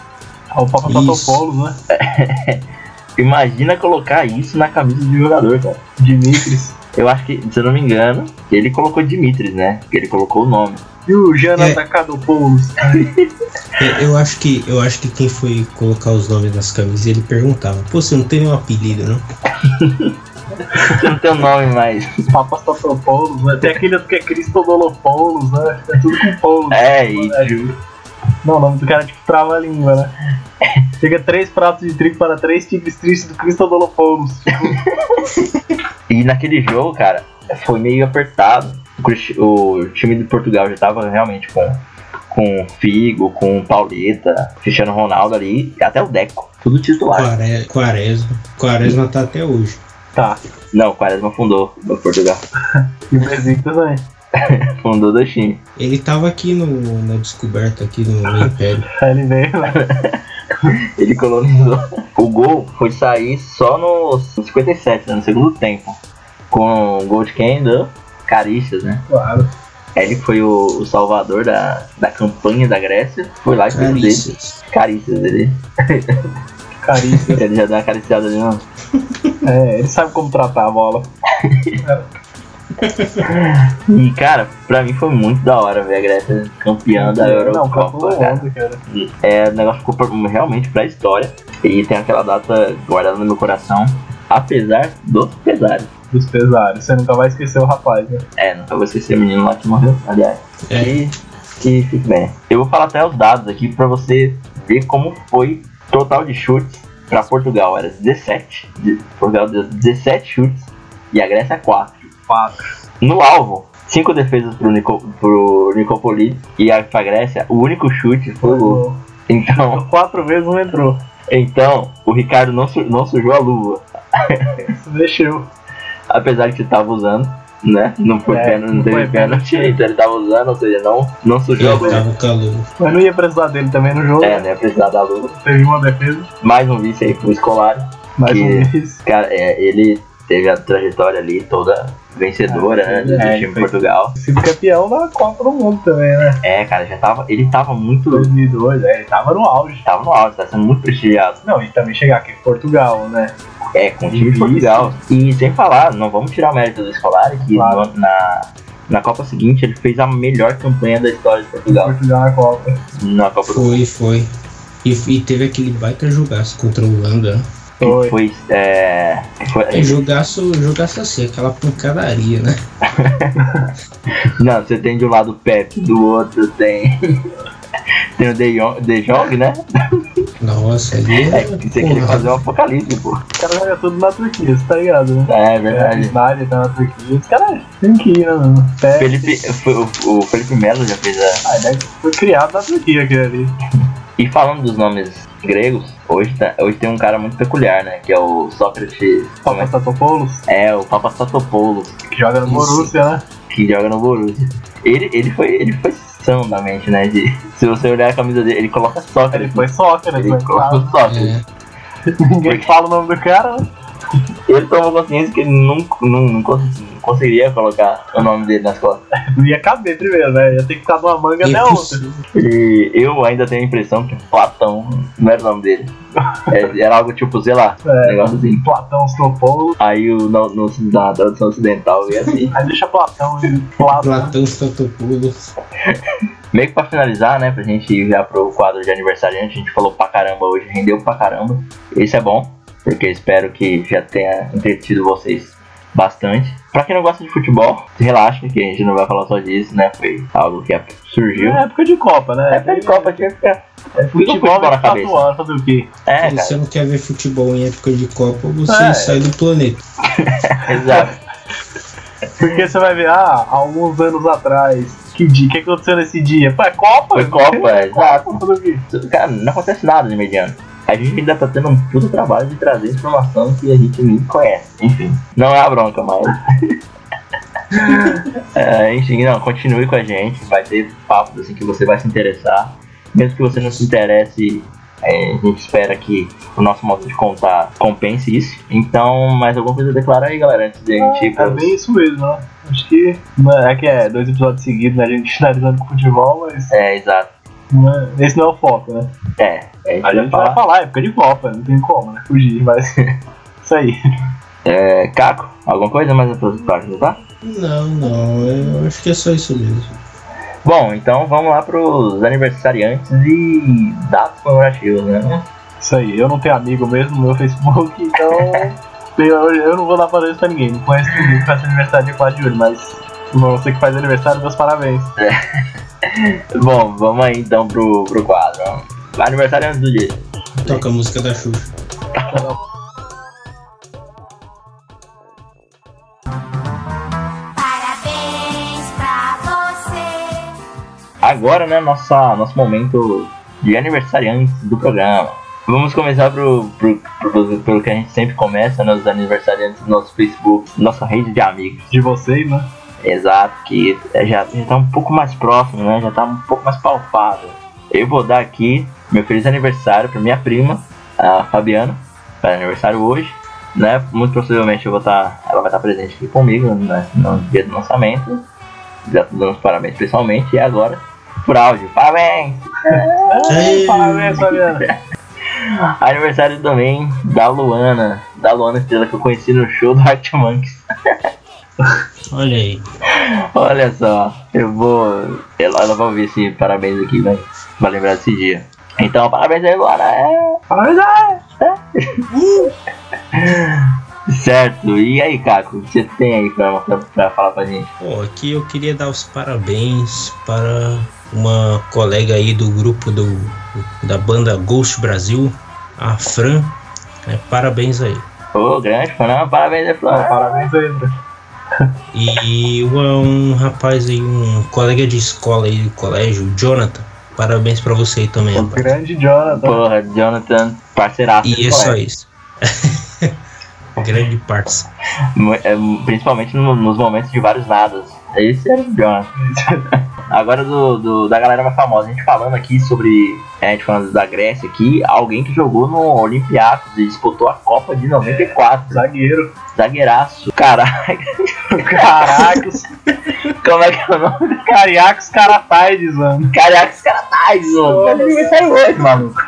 S3: Ah, o Papa
S2: Isso.
S3: Patopoulos, né?
S1: Imagina colocar isso na camisa de jogador, cara.
S3: Dimitris.
S1: Eu acho que, se eu não me engano, ele colocou Dimitris, né? Porque ele colocou o nome.
S3: E o Jean
S2: É.
S3: Atacadopoulos.
S2: É, Eu acho que eu acho que quem foi colocar os nomes nas camisas, ele perguntava, pô, você não tem um apelido, não?
S1: Você não tem o nome mais.
S3: Papas Tatopoulos, né? Tem aquele outro que é Cristodolopoulos, né? É tudo com Poulos.
S1: É, e tipo,
S3: Não, o nome do cara é tipo trava a língua, né? Chega três pratos de trigo para três tigres tristes do Cristodolopoulos.
S1: E naquele jogo, cara, foi meio apertado. O, Cristi- o time de Portugal já tava realmente com, com Figo, com Pauleta, Cristiano Ronaldo ali, e até o Deco. Tudo titular.
S2: Quare- Quaresma. Quaresma tá até hoje.
S3: Tá.
S1: Não, o Quaresma fundou o Portugal.
S3: E o Besiktas, né?
S1: Fundou dois times.
S2: Ele tava aqui no, na descoberta aqui no, no Império.
S3: Aí ele veio, né?
S1: Ele colonizou. O gol foi sair só no 57, né, no segundo tempo. Com o gol de quem? Do Caristas, né?
S3: Claro.
S1: Ele foi o, o salvador da, da campanha da Grécia. Foi lá e fez o dele.
S2: Carícias.
S1: Caristas, ele,
S3: Carícia.
S1: ele já deu uma cariciada ali no,
S3: É, ele sabe como tratar a bola.
S1: E, cara, pra mim foi muito da hora ver a Grécia campeã é da
S3: Não, pra todo
S1: Eurocopa, cara.
S3: mundo, cara.
S1: É, o negócio ficou pra- realmente pra história. E tem aquela data guardada no meu coração, apesar dos pesares.
S3: Dos pesares. Você nunca vai esquecer o rapaz, né?
S1: É, nunca vou esquecer o menino lá que morreu, aliás.
S2: É.
S1: E que fique bem. Eu vou falar até os dados aqui pra você ver como foi o total de chutes pra Portugal. Era 17. De- Portugal deu 17 chutes e a Grécia 4.
S3: 4.
S1: No alvo, cinco defesas pro, Nico, pro Nicopolis e a pra Grécia, o único chute foi o gol. Então,
S3: Quatro vezes não entrou.
S1: então o Ricardo não, su- não sujou a luva,
S3: Isso mexeu.
S1: apesar de que tava usando, né? Não foi
S3: É,
S1: pênalti, não
S3: não
S1: teve
S3: foi
S1: pênalti, então ele tava usando, ou seja, não, não sujou a
S2: Ele
S1: luva.
S2: tava calor.
S3: Mas não ia precisar dele também no jogo.
S1: É, né? Precisar da luva.
S3: Teve uma defesa,
S1: Mais um vice aí pro Escolar.
S3: mais
S1: Que-
S3: um vez.
S1: Cara, é, ele teve a trajetória ali toda vencedora, né? Do
S3: é,
S1: time
S3: foi-
S1: Portugal.
S3: Sido campeão da Copa do Mundo também, né?
S1: É, cara, já tava. Ele tava muito.
S3: 2002, é, ele tava no auge.
S1: Tava no auge, tá sendo muito prestigiado.
S3: Não, e também chegar aqui em Portugal, né?
S1: É, com o time de Portugal. E sem falar, não vamos tirar o mérito do Escolar, que
S3: Claro.
S1: no- na, na Copa seguinte ele fez a melhor campanha da história de Portugal.
S3: Portugal na Copa.
S1: Na Copa do
S2: Foi, foi. E, e teve aquele baita jogaço contra a Holanda. né?
S1: que foi, é, foi-
S2: É jogaço, jogaço assim, aquela pancadaria, né?
S1: Não, você tem de um lado o Pepe, do outro tem. tem o De Jong, De Jong, né?
S2: Nossa, ali
S1: É,
S2: é.
S1: que você queria fazer um apocalipse, pô.
S3: Os caras jogam tudo na Turquia, você tá ligado, né?
S1: É
S3: É, a
S1: verdade.
S3: Itália tá na Turquia. Os caras têm que ir, né, mano? Até-
S1: Felipe, o, o Felipe Melo já fez a.
S3: Ah, ele foi criado na Turquia aquele ali.
S1: É. E falando dos nomes gregos, hoje, tá- hoje tem um cara muito peculiar, né? Que é o Sócrates. Como é,
S3: Papastatopoulos,
S1: é o Papastotopoulos.
S3: que joga no
S2: Isso.
S3: Borussia, né?
S1: que joga no Borussia. Ele, ele foi ele foi são da mente, né? De, se você olhar a camisa dele, ele coloca
S3: Ele
S1: Sócrates.
S3: foi Sócrates, né?
S1: ele coloca
S3: Claro.
S1: o Sócrates.
S2: é.
S3: Ninguém fala o nome do cara, né?
S1: Ele tomou consciência que ele nunca, não, não, cons- não conseguiria colocar o nome dele nas costas.
S3: Não ia caber primeiro, né? Ia ter que ficar numa manga até outra.
S2: Impossível.
S1: E eu ainda tenho a impressão que Platão não era o nome dele. É, Era algo tipo, sei lá, um
S3: É,
S1: negócio assim.
S3: Platão, Stopoulos.
S1: Aí o, no, no- na tradução ocidental veio assim.
S3: Aí deixa Platão e Platão.
S2: Platão
S1: É,
S2: Stantopoulos.
S1: Meio que pra finalizar, né? Pra gente ir já pro quadro de aniversariante, a gente falou pra caramba hoje, rendeu pra caramba. Isso é bom, porque eu espero que já tenha entretido vocês bastante. Pra quem não gosta de futebol, relaxa, que a gente não vai falar só disso, né? Foi algo que surgiu.
S3: É época de Copa, né?
S1: É época de Copa, tinha que ficar.
S3: É futebol,
S1: Futebol na
S3: é
S1: cabeça.
S3: tatuar, fazer o quê?
S1: É,
S2: Se
S1: cara,
S2: você não quer ver futebol em época de Copa, você
S3: É.
S2: sai do planeta.
S1: exato.
S3: Porque você vai ver, ah, há alguns anos atrás, que dia, o que aconteceu nesse dia? Pô, é Copa?
S1: Foi Copa, é,
S3: Copa,
S1: exato.
S3: fazer o quê?
S1: Cara, não acontece nada de mediano. A gente ainda tá tendo um puto trabalho de trazer informação que a gente nem conhece. Enfim, não é a bronca, mas. É, enfim, não, continue com a gente. Vai ter papos assim que você vai se interessar. Mesmo que você não se interesse É, a gente espera que o nosso modo de contar compense isso. Então, mais alguma coisa a declarar aí, galera, antes de a gente ir
S3: É
S1: pros-
S3: bem isso mesmo, né? Acho que. não É é que é dois episódios seguidos, né? A gente finalizando com futebol, mas.
S1: É, exato.
S3: não é- esse não é o foco, né?
S1: É, é,
S3: A gente vai
S1: falar.
S3: falar, é época de Copa, não tem como, né? Fugir, mas. isso aí.
S1: É, Caco, alguma coisa mais
S3: Hum.
S1: pra ajudar?
S2: Não, não, eu acho que é só isso mesmo.
S1: Bom, então vamos lá pros aniversariantes e datas comemorativas, né?
S3: Isso aí. Eu não tenho amigo mesmo no meu Facebook, então. eu, eu não vou dar parabéns pra ninguém. Não conheço ninguém que faz aniversário de 4 de julho, mas. Irmão, você que faz aniversário, meus parabéns.
S1: Bom, vamos aí então pro, pro quadro. Aniversariante do dia.
S2: Toca a música da Xuxa.
S4: Parabéns pra você.
S1: Agora, né, nossa, nosso momento de aniversariante do programa. Vamos começar pro, pro, pro- pelo que a gente sempre começa, né, os aniversariantes do nosso Facebook, nossa rede de amigos.
S3: De vocês, né?
S1: Exato, que é- já, já tá um pouco mais próximo, né, já tá um pouco mais palpável. Eu vou dar aqui meu feliz aniversário pra minha prima, a Fabiana, faz aniversário hoje. Né, muito possivelmente eu vou tá, ela vai estar presente aqui comigo né, no dia do lançamento. Já dando os parabéns pessoalmente e agora por áudio. Parabéns!
S2: Ei.
S3: Parabéns, Fabiana.
S1: Aniversário também da Luana, da Luana Estrela que eu conheci no show do Art Monkeys.
S2: Olha aí.
S1: Olha só, eu vou. Ela, ela vai ouvir esse parabéns aqui, né? Vai lembrar desse dia. Então, parabéns aí, Luana! É,
S3: Parabéns,
S1: Certo, e aí, Caco, o que você tem aí pra, pra, pra falar pra gente?
S2: Bom, aqui eu queria dar os parabéns para uma colega aí do grupo do, da banda Ghost Brasil, a Fran. É, parabéns aí.
S1: Ô, grande, Fernando, parabéns aí, Flora.
S3: Parabéns, André.
S2: E uma- um rapaz aí, um colega de escola aí, do colégio, o Jonathan. Parabéns pra você aí também,
S3: O
S2: rapaz.
S3: grande Jonathan.
S1: Porra, Jonathan, parceiraço.
S2: E é
S1: Pô,
S2: só isso. Grande parça.
S1: Mu- é, mu- Principalmente no- nos momentos de vários nadas. Esse era o Jonathan. Agora do, do- da galera mais famosa, a gente falando aqui sobre. é, a gente falando da Grécia aqui, alguém que jogou no Olympiacos e disputou a Copa de 94.
S3: Zagueiro.
S1: Zagueiraço. Caralho,
S3: Caracos.
S1: como é que é o nome?
S3: Cariacos Carapaides, mano.
S1: Caraca, os caras tais, mano. Meu aniversário hoje, maluco.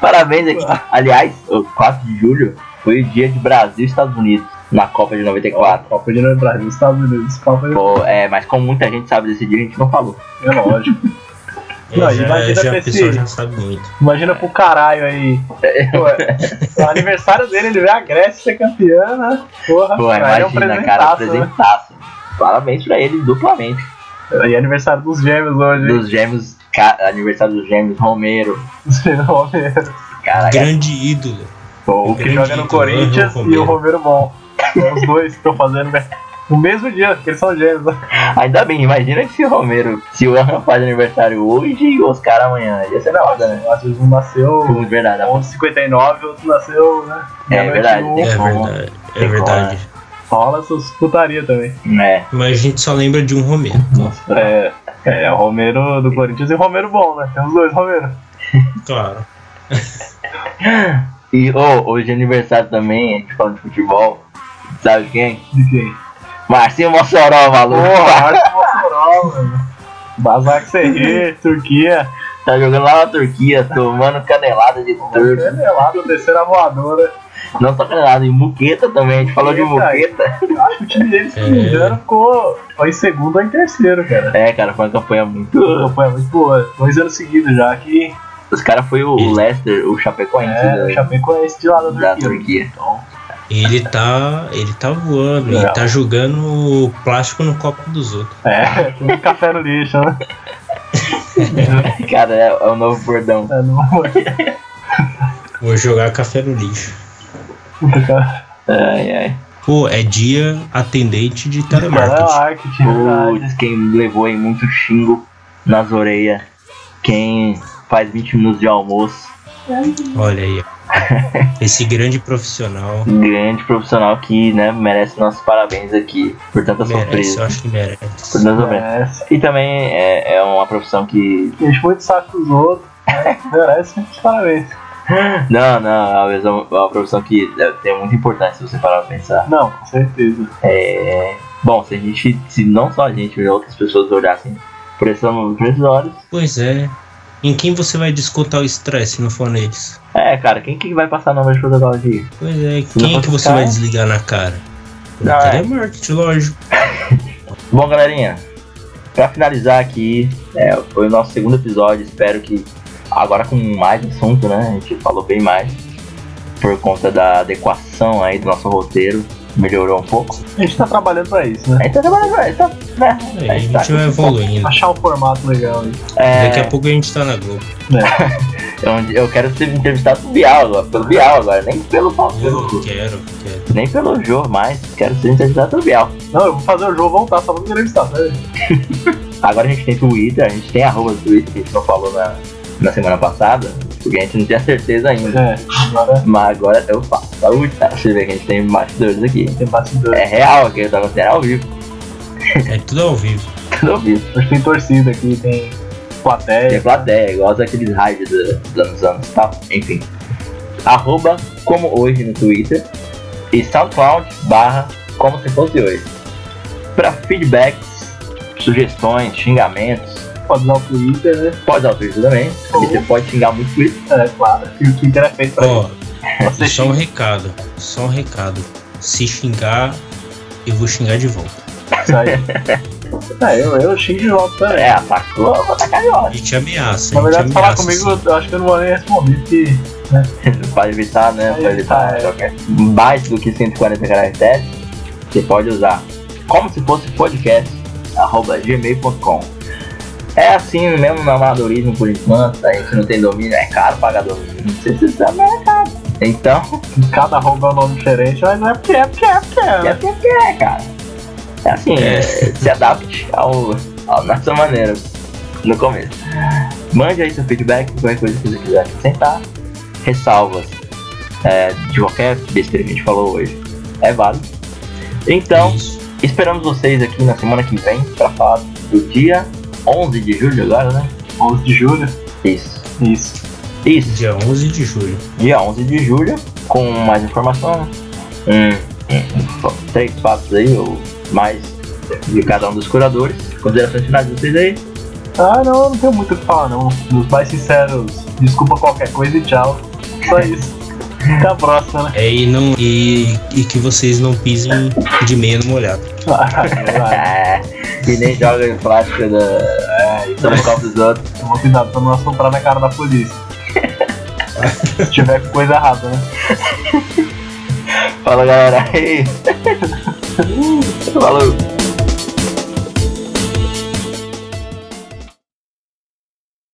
S1: Parabéns aqui. Aliás, o 4 de julho foi o dia de Brasil e Estados Unidos na Copa de 94.
S3: Copa de Novo Brasil, Estados Unidos. Copa de
S1: Pô, é, mas como muita gente sabe desse dia, a gente não falou.
S3: É lógico. Não,
S2: É, já,
S3: imagina
S2: já,
S3: pra
S2: o pessoal
S3: esse-
S2: já sabe muito.
S3: Imagina pro caralho aí. Pô, o aniversário dele, ele vê a Grécia ser campeã, né? Porra,
S1: Pô,
S3: caralho,
S1: imagina, cara,
S3: presentaço, né?
S1: apresentaço. Parabéns pra ele duplamente.
S3: E é aniversário dos gêmeos hoje. hein?
S1: Dos gêmeos, ca- aniversário dos gêmeos, Romero.
S3: Dos gêmeos, o Romero.
S1: Caraca,
S2: Grande ídolo.
S1: pô,
S3: O que joga no
S2: Grande
S3: Corinthians
S2: ídolo,
S3: e o Romero Bom. São os dois que estão fazendo né? no mesmo dia, porque eles são gêmeos. né?
S1: ainda bem, imagina se o Romero, se o Ana faz aniversário hoje e o Oscar amanhã. Ia ser da hora, né?
S3: Às vezes um nasceu
S1: Pô, Verdade,
S3: um de 59, outro nasceu, né?
S1: É
S3: meia-noite
S1: verdade.
S3: e um.
S2: É
S1: Tem como. né?
S2: verdade. É
S1: Tem como,
S2: verdade.
S3: Rola essas putaria também.
S1: né?
S2: Mas a gente só lembra de um Romero.
S1: Uhum.
S3: É, é, é o Romero do Corinthians e o Romero bom, né? Tem os dois Romero.
S2: Claro.
S1: E ô, hoje é aniversário também, a gente falando de futebol. Sabe quem?
S3: De quem?
S1: Marcinho Mossoró, maluco.
S3: Porra, acho que Mossoró, mano. Basak Serri, Turquia.
S1: Tá jogando lá na Turquia, tomando canelada de turco.
S3: Canelado, terceira voadora.
S1: Não só canelada, e muqueta também. A gente falou de
S3: Muqueta.
S1: muqueta.
S3: Eu acho que o time dele, se não me
S2: É.
S3: engano, ficou ou em segundo ou em terceiro, cara.
S1: É, cara, foi uma campanha muito.
S3: A campanha muito boa. Dois anos seguidos já que
S1: Os caras foi o, o
S2: Isso.
S1: Leicester, o Chapecoense
S3: é, o
S1: da,
S3: Chapecoense de lá da
S1: da
S3: Turquia.
S1: Turquia.
S2: Ele tá. Ele tá voando. Ele
S3: Não.
S2: tá jogando plástico no copo dos outros.
S3: É, tem um café no lixo, né?
S1: Cara, é, é o novo bordão.
S3: É, não
S2: Vou jogar café no lixo.
S3: né,
S1: Ai, ai.
S2: Pô, é dia atendente de
S1: Ah,
S2: telemarketing.
S3: Telemarketing. é verdade.
S1: Putz, quem levou aí muito xingo nas orelhas. Quem faz 20 minutos de almoço.
S2: Olha aí. ó. Esse grande profissional.
S1: Grande profissional que, né, merece nossos parabéns aqui por tanta
S2: Merece, eu
S1: surpresa.
S2: acho que merece.
S1: Por tanta surpresa.
S3: É,
S1: E também é, é uma profissão que
S3: enche muito o saco dos outros. Merece muitos parabéns.
S1: Não, não, é uma visão- é uma profissão que é, tem muita importância se você parar pra pensar.
S3: Não, com certeza.
S1: É. Bom, se a gente. Se não só a gente, mas outras pessoas olhassem por esses, por esses olhos.
S2: Pois é. Em quem você vai descontar o estresse se não for neles?
S1: É, cara, quem que vai passar nome de protocolo de
S2: Pois é,
S1: não
S2: quem é
S1: for
S2: que você
S1: ficar-
S2: vai desligar na cara?
S1: Não, é.
S2: telemarketing, lógico.
S1: Bom, galerinha, pra finalizar aqui, é, foi o nosso segundo episódio. Espero que agora com mais assunto, né? A gente falou bem mais por conta da adequação aí do nosso roteiro. Melhorou um pouco.
S3: A gente tá trabalhando pra isso, né?
S1: A gente tá trabalhando, a gente tá, né?
S2: É, a gente vai evoluindo.
S3: Achar um formato legal aí.
S1: É,
S2: Daqui a pouco a gente tá na Globo.
S1: eu, eu quero ser entrevistado pelo Bial agora, pelo Bial agora, nem pelo
S2: Eu
S1: Paulo,
S2: quero, quero.
S1: nem pelo Jô, mas quero ser entrevistado pelo Bial.
S3: Não, eu vou fazer o jogo voltar, só pra me entrevistar, tá?
S1: Agora a gente tem Twitter, a gente tem arroba do Twitter que a gente não falou na, na semana passada, porque a gente não tinha certeza ainda.
S3: É, agora
S1: Mas agora eu faço. Saúde, tá? Você vê que a gente tem bastidores aqui.
S3: tem bastidor.
S1: É real aqui, eu tô acontecendo ao vivo.
S2: É tudo ao vivo.
S1: Tudo ao vivo.
S3: Hoje tem torcida aqui, tem
S1: Tem
S3: plateia.
S1: plateia, igual aqueles rádios dos anos anos e tal. Enfim. Arroba como hoje no Twitter. E SoundCloud barra como se fosse hoje. Pra feedbacks, sugestões, xingamentos,
S3: Pode usar o Twitter, né?
S1: pode dar o Twitter também. porque Você pode xingar muito o Twitter.
S3: É, claro. E o Twitter é feito pra
S2: Ó,
S3: você
S2: só um recado. Só um recado. Se xingar, eu vou xingar de volta.
S3: isso aí. É, eu, eu xingo de volta também.
S1: É, atacou, eu vou atacar de
S2: A
S1: volta.
S2: gente ameaça.
S3: Na
S2: A gente
S3: verdade, se falar
S2: ameaça,
S3: comigo,
S2: sim.
S3: eu acho que eu não vou nem responder, porque
S1: Pode evitar, né? Pode evitar é. qualquer. Mais do que 140 caracteres, você pode usar como se fosse podcast, arroba gmail.com. É assim mesmo no amadorismo por enquanto, a gente não tem domínio, é caro pagar domínio, não sei se você sabe, mas é caro. Então,
S3: cada arroba é um nome diferente, mas não é porque é, porque é, porque é.
S1: é
S3: né?
S1: porque é, cara. É assim, é, se adapte ao, ao nossa maneira no começo. Mande aí seu feedback, qualquer coisa que você quiser acrescentar, ressalvas é, de qualquer besteira que a gente falou hoje. É válido. Então,
S2: Isso.
S1: esperamos vocês aqui na semana que vem para falar do dia 11 de julho agora, né?
S3: 11 de julho.
S1: Isso.
S3: Isso.
S1: Isso.
S2: Dia 11 de julho.
S1: dia 11 de julho, com mais informação, um, um, um, três fatos aí, ou mais de cada um dos curadores. Considerações finais de vocês aí.
S3: Ah, não, eu não tenho muito o que falar, não. Dos mais sinceros, desculpa qualquer coisa e tchau. Só isso. Até a próxima, né?
S2: É, e, não, e, e que vocês não pisem de meia no molhado.
S3: Ah,
S1: É, que nem joga em plástico da, é, e toma o copo dos outros.
S3: Toma cuidado pra não assombrar na cara da polícia. Se tiver com coisa errada, né?
S1: Fala galera aí. Falou.